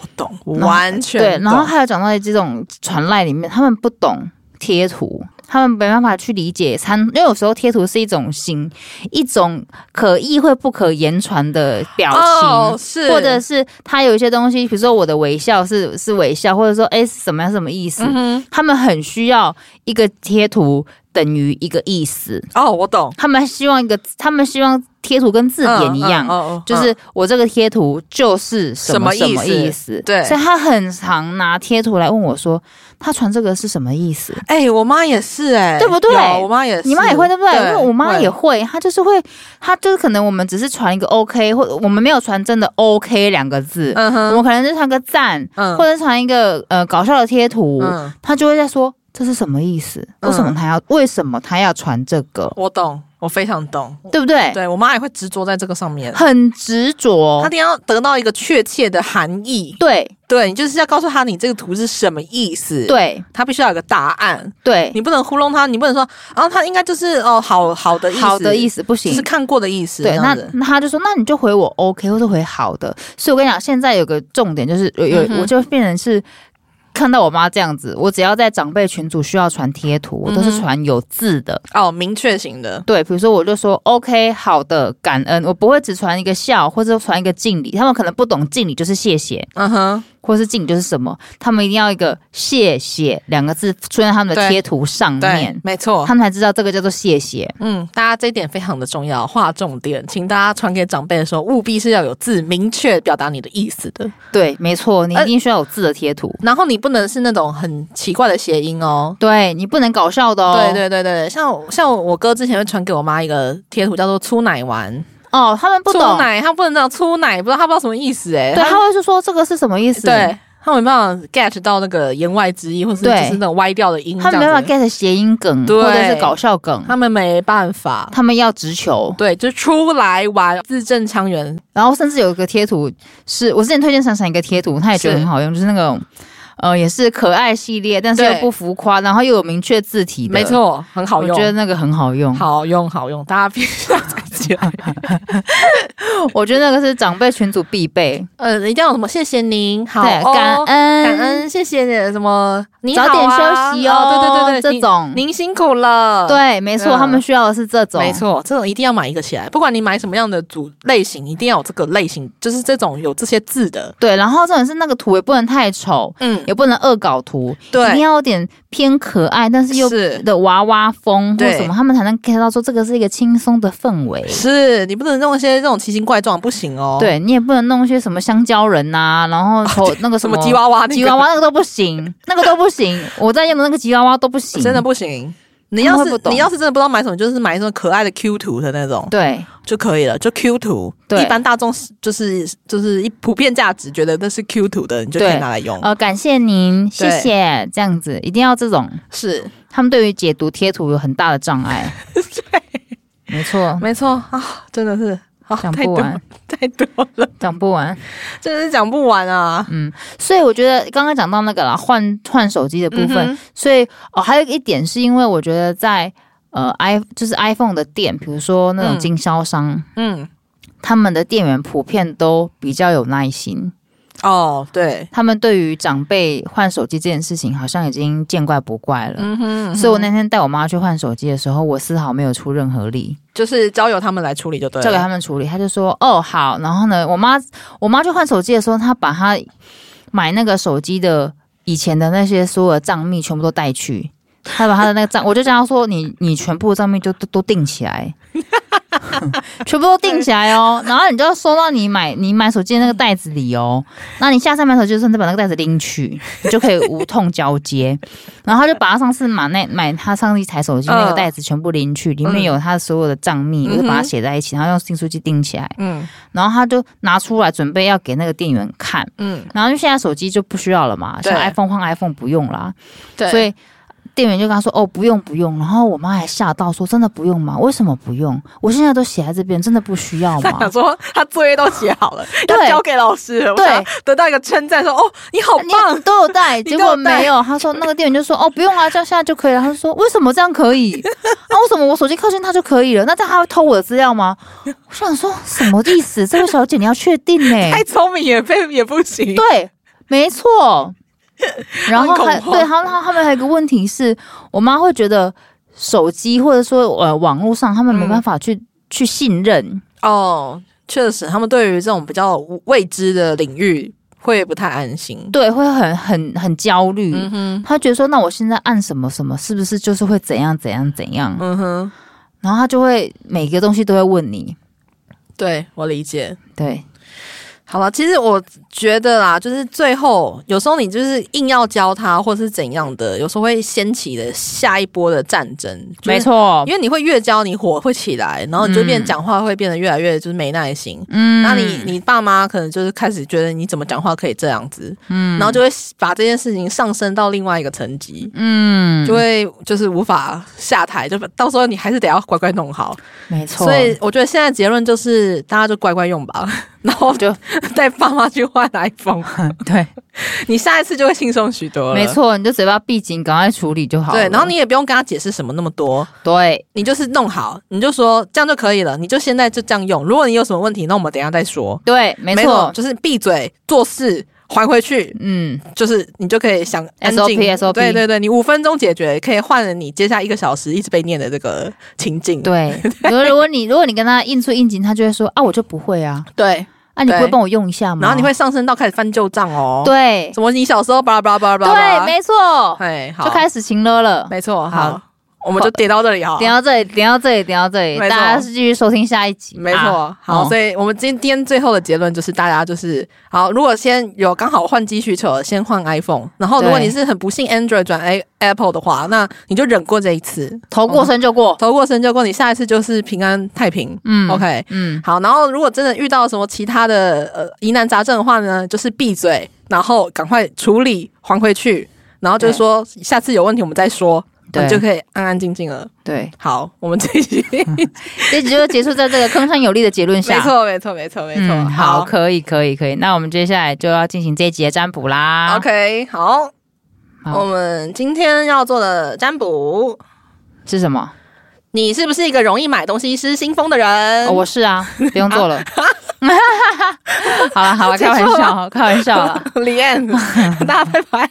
Speaker 1: 我懂，完全
Speaker 2: 对，然后
Speaker 1: 懂
Speaker 2: 还有讲到这种传赖里面，他们不懂贴图，他们没办法去理解参，因为有时候贴图是一种形，一种可意会不可言传的表情。
Speaker 1: 哦，是
Speaker 2: 或者是他有一些东西，比如说我的微笑是是微笑，或者说哎、诶是什么样什么意思？
Speaker 1: 嗯
Speaker 2: 他们很需要一个贴图等于一个意思，
Speaker 1: 哼，哦，我懂，
Speaker 2: 他们希望一个，他们希望贴图跟字典一样，
Speaker 1: 嗯嗯哦哦
Speaker 2: 就是我这个贴图就是什么什
Speaker 1: 什
Speaker 2: 么
Speaker 1: 么意思
Speaker 2: 意思？
Speaker 1: 对
Speaker 2: 所以他很常拿贴图来问我说，他传这个是什么意思？
Speaker 1: 哎、我妈也是哎、
Speaker 2: 对不对
Speaker 1: 有我妈也是，
Speaker 2: 你妈也会对不对？因为我妈也
Speaker 1: 会
Speaker 2: 会，她就是会，她就是可能我们只是传一个 OK，或我们没有传真的 OK 两个字，
Speaker 1: 嗯
Speaker 2: 我
Speaker 1: 哼，
Speaker 2: 们可能就传个赞，
Speaker 1: 嗯
Speaker 2: 或者传一个呃搞笑的贴图，
Speaker 1: 嗯，
Speaker 2: 她就会在说这是什么意思？
Speaker 1: 嗯
Speaker 2: 为什么她要为什么她要传这个？
Speaker 1: 我懂，我非常懂。
Speaker 2: 对不对？
Speaker 1: 对我妈也会执着在这个上面，
Speaker 2: 很执着，
Speaker 1: 她一定要得到一个确切的含义。
Speaker 2: 对
Speaker 1: 对你就是要告诉她你这个图是什么意思，，
Speaker 2: 对
Speaker 1: 她必须要有个答案，
Speaker 2: 对，
Speaker 1: 你不能糊弄她，你不能说，然后她应该就是哦好好的意思，
Speaker 2: 好的意
Speaker 1: 思，
Speaker 2: 思不
Speaker 1: 就是
Speaker 2: 行。
Speaker 1: 看过的意思，
Speaker 2: 对，
Speaker 1: 这
Speaker 2: 那
Speaker 1: 样子
Speaker 2: 那他就说，那你就回我 OK，或是回好的。所以我跟你讲，现在有个重点就是，有有、
Speaker 1: 嗯哼
Speaker 2: 我就变成是看到我妈这样子，我只要在长辈群组需要传贴图，我都
Speaker 1: 嗯
Speaker 2: 是
Speaker 1: 哼
Speaker 2: 传有字的。
Speaker 1: 哦明确型的，
Speaker 2: 对，比如说我就说 OK，好的，感恩，我不会只传一个笑，或者传一个敬礼。他们可能不懂敬礼就是谢谢，
Speaker 1: 嗯哼，
Speaker 2: 或是敬礼就是什么，他们一定要一个谢谢两个字出现在他们的
Speaker 1: 对
Speaker 2: 贴图上
Speaker 1: 对
Speaker 2: 面，，
Speaker 1: 没错，
Speaker 2: 他们才知道这个叫做谢谢。
Speaker 1: 嗯，大家这一点非常的重要，划重点，请大家传给长辈的时候，务必是要有字明确表达你的意思的，
Speaker 2: 对，没错，你一
Speaker 1: 呃
Speaker 2: 定需要有字的贴图。
Speaker 1: 然后你不能是那种很奇怪的谐音哦。
Speaker 2: 对你不能搞笑的哦。
Speaker 1: 对对对对，像我像我哥之前会传给我妈一个贴图，叫做“出奶丸
Speaker 2: 哦，他们”，不
Speaker 1: 出
Speaker 2: 懂，
Speaker 1: 奶他不能叫出奶，不知道他不知道什么意思哎、
Speaker 2: 对，他会是说这个是什么意思？
Speaker 1: 他对，他没办法 get 到那个言外之意，或是就
Speaker 2: 对
Speaker 1: 是那种歪掉的音
Speaker 2: 他
Speaker 1: 这
Speaker 2: 们
Speaker 1: 样
Speaker 2: 没办
Speaker 1: 子
Speaker 2: 法 get 谐音梗
Speaker 1: 对
Speaker 2: 或者是搞笑梗，
Speaker 1: 他们没办法。
Speaker 2: 他们要直球。
Speaker 1: 对，就出来玩，字正腔圆。
Speaker 2: 然后甚至有一个贴图是我之前推荐闪闪一个贴图，他也觉得
Speaker 1: 是
Speaker 2: 很好用，就是那种呃也是可爱系列，但是
Speaker 1: 对
Speaker 2: 又不浮夸，然后又有明确字体的，
Speaker 1: 没，错，很好
Speaker 2: 我
Speaker 1: 用，
Speaker 2: 觉得那个很好用。
Speaker 1: 好用好用，大家必须要站起来。
Speaker 2: 我觉得那个是长辈群组必备，
Speaker 1: 呃，一定要有什么？谢谢您，好、
Speaker 2: 对，
Speaker 1: 哦，
Speaker 2: 感恩
Speaker 1: 感恩，谢谢你什么？你
Speaker 2: 早
Speaker 1: 好
Speaker 2: 点
Speaker 1: 啊
Speaker 2: 休息哦，
Speaker 1: 对对对对，
Speaker 2: 这种
Speaker 1: 您您辛苦了。。
Speaker 2: 对，没错，
Speaker 1: 嗯
Speaker 2: 他们需要的是这种，
Speaker 1: 没错，这种一定要买一个起来，不管你买什么样的组类型，一定要有这个类型，就是这种有这些字的。
Speaker 2: 对，然后重点是那个图也不能太丑，
Speaker 1: 嗯，
Speaker 2: 也不能恶搞图，一定
Speaker 1: 对，
Speaker 2: 要有点偏可爱，但是又
Speaker 1: 是
Speaker 2: 的娃娃风或
Speaker 1: 对
Speaker 2: 什么，他们才能 get 到说这个是一个轻松的氛围。
Speaker 1: 是你不能弄一些这种奇形怪状，不行哦。，啊
Speaker 2: 对你也不能弄一些什么香蕉人呐、然后头那个
Speaker 1: 什
Speaker 2: 么
Speaker 1: 么嗯吉娃娃、那个，
Speaker 2: 吉娃娃那个都不 行，那个都不行，我在用的那个吉娃娃都不行，
Speaker 1: 真的不行。你
Speaker 2: 他
Speaker 1: 要
Speaker 2: 们会不
Speaker 1: 是
Speaker 2: 懂
Speaker 1: 你要是真的不知道买什么，就是买那种可爱的 Q 图的那种
Speaker 2: 对
Speaker 1: 就可以了，就 Q 图。
Speaker 2: 对
Speaker 1: 一般大众是就是就是一普遍价值觉得那是 Q 图的，你就可
Speaker 2: 对
Speaker 1: 以拿来用。
Speaker 2: 呃，感谢您，谢
Speaker 1: 哦对
Speaker 2: 谢，这样子一定要这种，
Speaker 1: 是，
Speaker 2: 他们对于解读贴图有很大的障 碍，没错，
Speaker 1: 没错啊，真的是啊，
Speaker 2: 讲
Speaker 1: 太
Speaker 2: 不
Speaker 1: 多
Speaker 2: 完，
Speaker 1: 太多了，
Speaker 2: 讲不完。
Speaker 1: 真的是讲不完啊。
Speaker 2: 所以我觉得刚刚讲到那个啦，换换手机的部分，
Speaker 1: 嗯哼
Speaker 2: 所以哦，还有一点是因为我觉得在呃 i 就是 iPhone 的店，比如说那种
Speaker 1: 嗯
Speaker 2: 经销商，
Speaker 1: 嗯，
Speaker 2: 他们的店员普遍都比较有耐心，
Speaker 1: 哦，对，
Speaker 2: 他们对于长辈换手机这件事情好像已经见怪不怪了。
Speaker 1: 嗯哼，
Speaker 2: 所以我那天带我妈去换手机的时候，我丝毫没有出任何力，
Speaker 1: 就是交由他们来处理就对了。
Speaker 2: 交给他们处理。她就说：“哦，好。”然后呢，我妈我妈去换手机的时候，她把她买那个手机的以前的那些所有的账密全部都带 去，她把她的那个账，我就叫她说：“你你全部的账密就都都定起来。” 全部都定起来哦。然后你就要收到你买你买手机的那个袋子里哦。那你下次买手机的时候，你再把那个袋子拎去，你就可以无痛交接。然后他就把他上次买那买他上次台手机那个袋子全部拎去，
Speaker 1: 嗯
Speaker 2: 里面有他所有的账密，我就把它写在一起，然后用订书机订起来。
Speaker 1: 嗯
Speaker 2: 然后他就拿出来准备要给那个店员看。
Speaker 1: 嗯，
Speaker 2: 然后因为现在手机就不需要了嘛，
Speaker 1: 对
Speaker 2: 像 iPhone 换 iPhone 不用啦，
Speaker 1: 对，
Speaker 2: 所以店员就跟他说：“哦，不用不用。”然后我妈还吓到说：“真的不用吗？为什么不用？我现在都写在这边，真的不需要
Speaker 1: 他
Speaker 2: 吗
Speaker 1: 想说他作业都写好了，
Speaker 2: 对
Speaker 1: 要交给老师了，我
Speaker 2: 对呃
Speaker 1: 想得到一个称赞，说哦你好？”棒
Speaker 2: 你，都有带，
Speaker 1: 你都
Speaker 2: 结
Speaker 1: 有
Speaker 2: 果没有。他说那个店员就说：“哦，不用啊，这样现在就可以了。”他就说：“为什么这样可 以？啊，为什么我手机靠近他就可以了？那这样他会偷我的资料吗？”我想说什么意思？这位小姐你要确定呢、
Speaker 1: 太聪明也被也不行，
Speaker 2: 对，没错。 然后
Speaker 1: 很恐
Speaker 2: 还
Speaker 1: 慌
Speaker 2: 对，他他后面还有一个问题是，我妈会觉得手机或者说呃网络上，他们
Speaker 1: 嗯
Speaker 2: 没办法去、去信任。
Speaker 1: 哦，确实，他们对于这种比较未知的领域会不太安心。
Speaker 2: 对，会很很很焦虑。
Speaker 1: 嗯哼，
Speaker 2: 他觉得说，那我现在按什么什么，是不是就是会怎样怎样怎样？
Speaker 1: 嗯哼，
Speaker 2: 然后他就会每个东西都会问你。
Speaker 1: 对我理解。
Speaker 2: 对，
Speaker 1: 好了，其实我觉得啦，就是最后有时候你就是硬要教他，或是怎样的，有时候会掀起的下一波的战争。就是
Speaker 2: 没，错
Speaker 1: 因。为你会越教你火会起来，然后你就变
Speaker 2: 嗯
Speaker 1: 讲话会变得越来越就是没耐心。
Speaker 2: 嗯
Speaker 1: 那你你爸妈可能就是开始觉得你怎么讲话可以这样子，
Speaker 2: 嗯
Speaker 1: 然后就会把这件事情上升到另外一个层级，
Speaker 2: 嗯，
Speaker 1: 就会就是无法下台，就到时候你还是得要乖乖弄好。
Speaker 2: 没错。
Speaker 1: 所以我觉得现在结论就是大家就乖乖用吧， 然后就带爸妈去换 iPhone，
Speaker 2: 对，
Speaker 1: 你下一次就会轻松许多了。
Speaker 2: 没，错，你就嘴巴闭紧，赶快处理就好了。
Speaker 1: 对，然后你也不用跟他解释什么那么多，
Speaker 2: 对
Speaker 1: 你就是弄好，你就说这样就可以了，你就现在就这样用。如果你有什么问题，那我们等一下再说。
Speaker 2: 对，没错，
Speaker 1: 就是闭嘴做事。还回去，
Speaker 2: 嗯，
Speaker 1: 就是你就可以想安静
Speaker 2: SOP SOP
Speaker 1: 对对对，你五分钟解决，可以换了你接下来一个小时一直被念的这个情境。
Speaker 2: 对，如果如果你如果你跟他硬出硬进，他就会说啊，我就不会啊，
Speaker 1: 对，
Speaker 2: 啊，你不会
Speaker 1: 对
Speaker 2: 帮我用一下吗？
Speaker 1: 然后你会上升到开始翻旧账哦。，
Speaker 2: 对
Speaker 1: 什么你小时候巴拉巴拉巴拉巴
Speaker 2: 对，
Speaker 1: 拉，，
Speaker 2: 没错，
Speaker 1: 哎，好，
Speaker 2: 就开始情了了。
Speaker 1: 没错，
Speaker 2: 好
Speaker 1: 好，我们就点到这里哈。
Speaker 2: 点到这里，点到这里，点到这里，
Speaker 1: 没错
Speaker 2: 大家是继续收听下一集。
Speaker 1: 没错，
Speaker 2: 啊
Speaker 1: 好，
Speaker 2: 哦
Speaker 1: 所以我们今天最后的结论就是，大家就是好，如果先有刚好换机需求了，先换 iPhone，然后如果
Speaker 2: 对
Speaker 1: 你是很不幸 Android 转 A Apple 的话，那你就忍过这一次，
Speaker 2: 头过身就过。
Speaker 1: 头过身就过，你下一次就是平安太平。
Speaker 2: 嗯
Speaker 1: OK，
Speaker 2: 嗯，
Speaker 1: 好，然后如果真的遇到什么其他的呃疑难杂症的话呢，就是闭嘴，然后赶快处理还回去，然后就是说下次有问题我们再说，
Speaker 2: 对
Speaker 1: 你就可以安安静静了。
Speaker 2: 对，
Speaker 1: 好，我们这一 集，
Speaker 2: 这集就结束在这个铿锵有力的结论下。
Speaker 1: 没，错，没错，没错，没错，
Speaker 2: 嗯，好，可以，可以，可以。那我们接下来就要进行这一集的占卜啦。
Speaker 1: ，OK，好，
Speaker 2: 好
Speaker 1: 我们今天要做的占卜。
Speaker 2: 是什么？
Speaker 1: 你是不是一个容易买东西失心疯的人？
Speaker 2: 哦，我是啊，不用做了。 好了，好 了，开玩
Speaker 1: 结束了
Speaker 2: 笑，开玩笑了。
Speaker 1: 李 安，大家拜拜。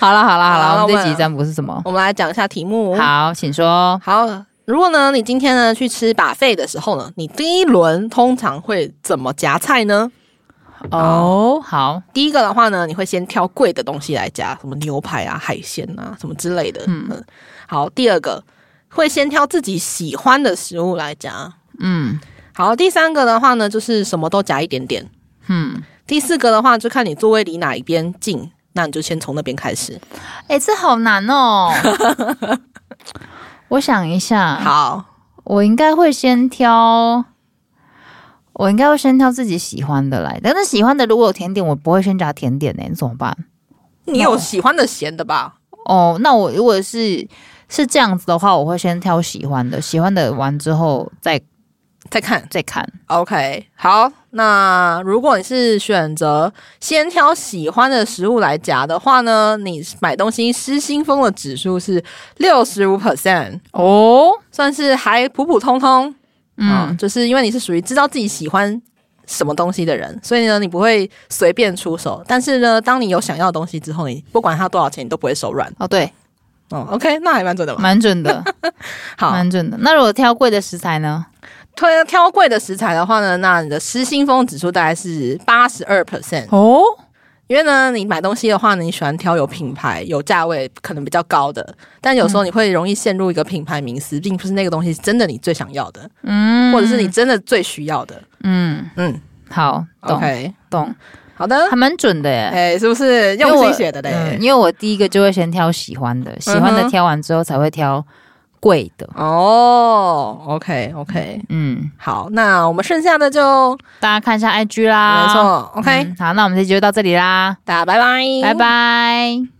Speaker 2: 好了好了
Speaker 1: 好
Speaker 2: 好了，
Speaker 1: 那我
Speaker 2: 我们这
Speaker 1: 们哦
Speaker 2: 集占卜是什么？
Speaker 1: 我们来讲一下题目。
Speaker 2: 好，请说。
Speaker 1: 好，如果呢，你今天呢去吃把费的时候呢，你第一轮通常会怎么夹菜呢？
Speaker 2: 哦，好，
Speaker 1: 第一个的话呢，你会先挑贵的东西来夹，什么牛排啊、海鲜啊什么之类的。
Speaker 2: 嗯
Speaker 1: 嗯，好，第二个会先挑自己喜欢的食物来夹。
Speaker 2: 嗯
Speaker 1: 好，第三个的话呢，就是什么都夹一点点。
Speaker 2: 嗯，
Speaker 1: 第四个的话，就看你座位离哪一边近，那你就先从那边开始。
Speaker 2: 哎，这好 难哦。我想一下，
Speaker 1: 好，
Speaker 2: 我应该会先挑，我应该会先挑自己喜欢的来。但是喜欢的如果有甜点，我不会先夹甜点呢、你怎么办？
Speaker 1: 你有喜欢的咸的吧？
Speaker 2: 哦，那我如果是是这样子的话，我会先挑喜欢的，喜欢的完之后再
Speaker 1: 再看。
Speaker 2: 再看。
Speaker 1: OK，好，那如果你是选择先挑喜欢的食物来夹的话呢，你买东西失心疯的指数是六十五 percent，
Speaker 2: 哦，
Speaker 1: 算是还普普通通。嗯、
Speaker 2: 嗯，
Speaker 1: 就是因为你是属于知道自己喜欢什么东西的人，所以呢，你不会随便出手。但是呢，当你有想要的东西之后，你不管它多少钱，你都不会手软。
Speaker 2: 哦对，
Speaker 1: 嗯，OK，那还蛮准的嘛。
Speaker 2: 蛮准的。
Speaker 1: 好，
Speaker 2: 蛮准的。那如果挑贵的食材呢？
Speaker 1: 挑挑贵的食材的话呢，那你的失心疯指数大概是八十二 percent。
Speaker 2: 哦，
Speaker 1: 因为呢，你买东西的话呢，你喜欢挑有品牌、有价位，可能比较高的，但有时候你会容易陷入一个品牌迷思，并不是那个东西是真的你最想要的，
Speaker 2: 嗯，
Speaker 1: 或者是你真的最需要的。
Speaker 2: 嗯，
Speaker 1: 嗯
Speaker 2: 好，懂
Speaker 1: ，OK，
Speaker 2: 懂，
Speaker 1: 好的
Speaker 2: 还，蛮准的耶。
Speaker 1: 哎、是不是
Speaker 2: 因
Speaker 1: 用
Speaker 2: 为我
Speaker 1: 心写的嘞？
Speaker 2: 嗯因为我第一个就会先挑喜欢的，喜欢
Speaker 1: 嗯
Speaker 2: 的
Speaker 1: 哼
Speaker 2: 挑完之后才会挑贵的。
Speaker 1: 哦，OK OK，
Speaker 2: 嗯，
Speaker 1: 好，那我们剩下的就、
Speaker 2: 大家看一下 IG 啦。
Speaker 1: 没错，OK，、
Speaker 2: 嗯好，那我们这集就到这里啦，
Speaker 1: 大家拜拜，
Speaker 2: 嗯拜。拜。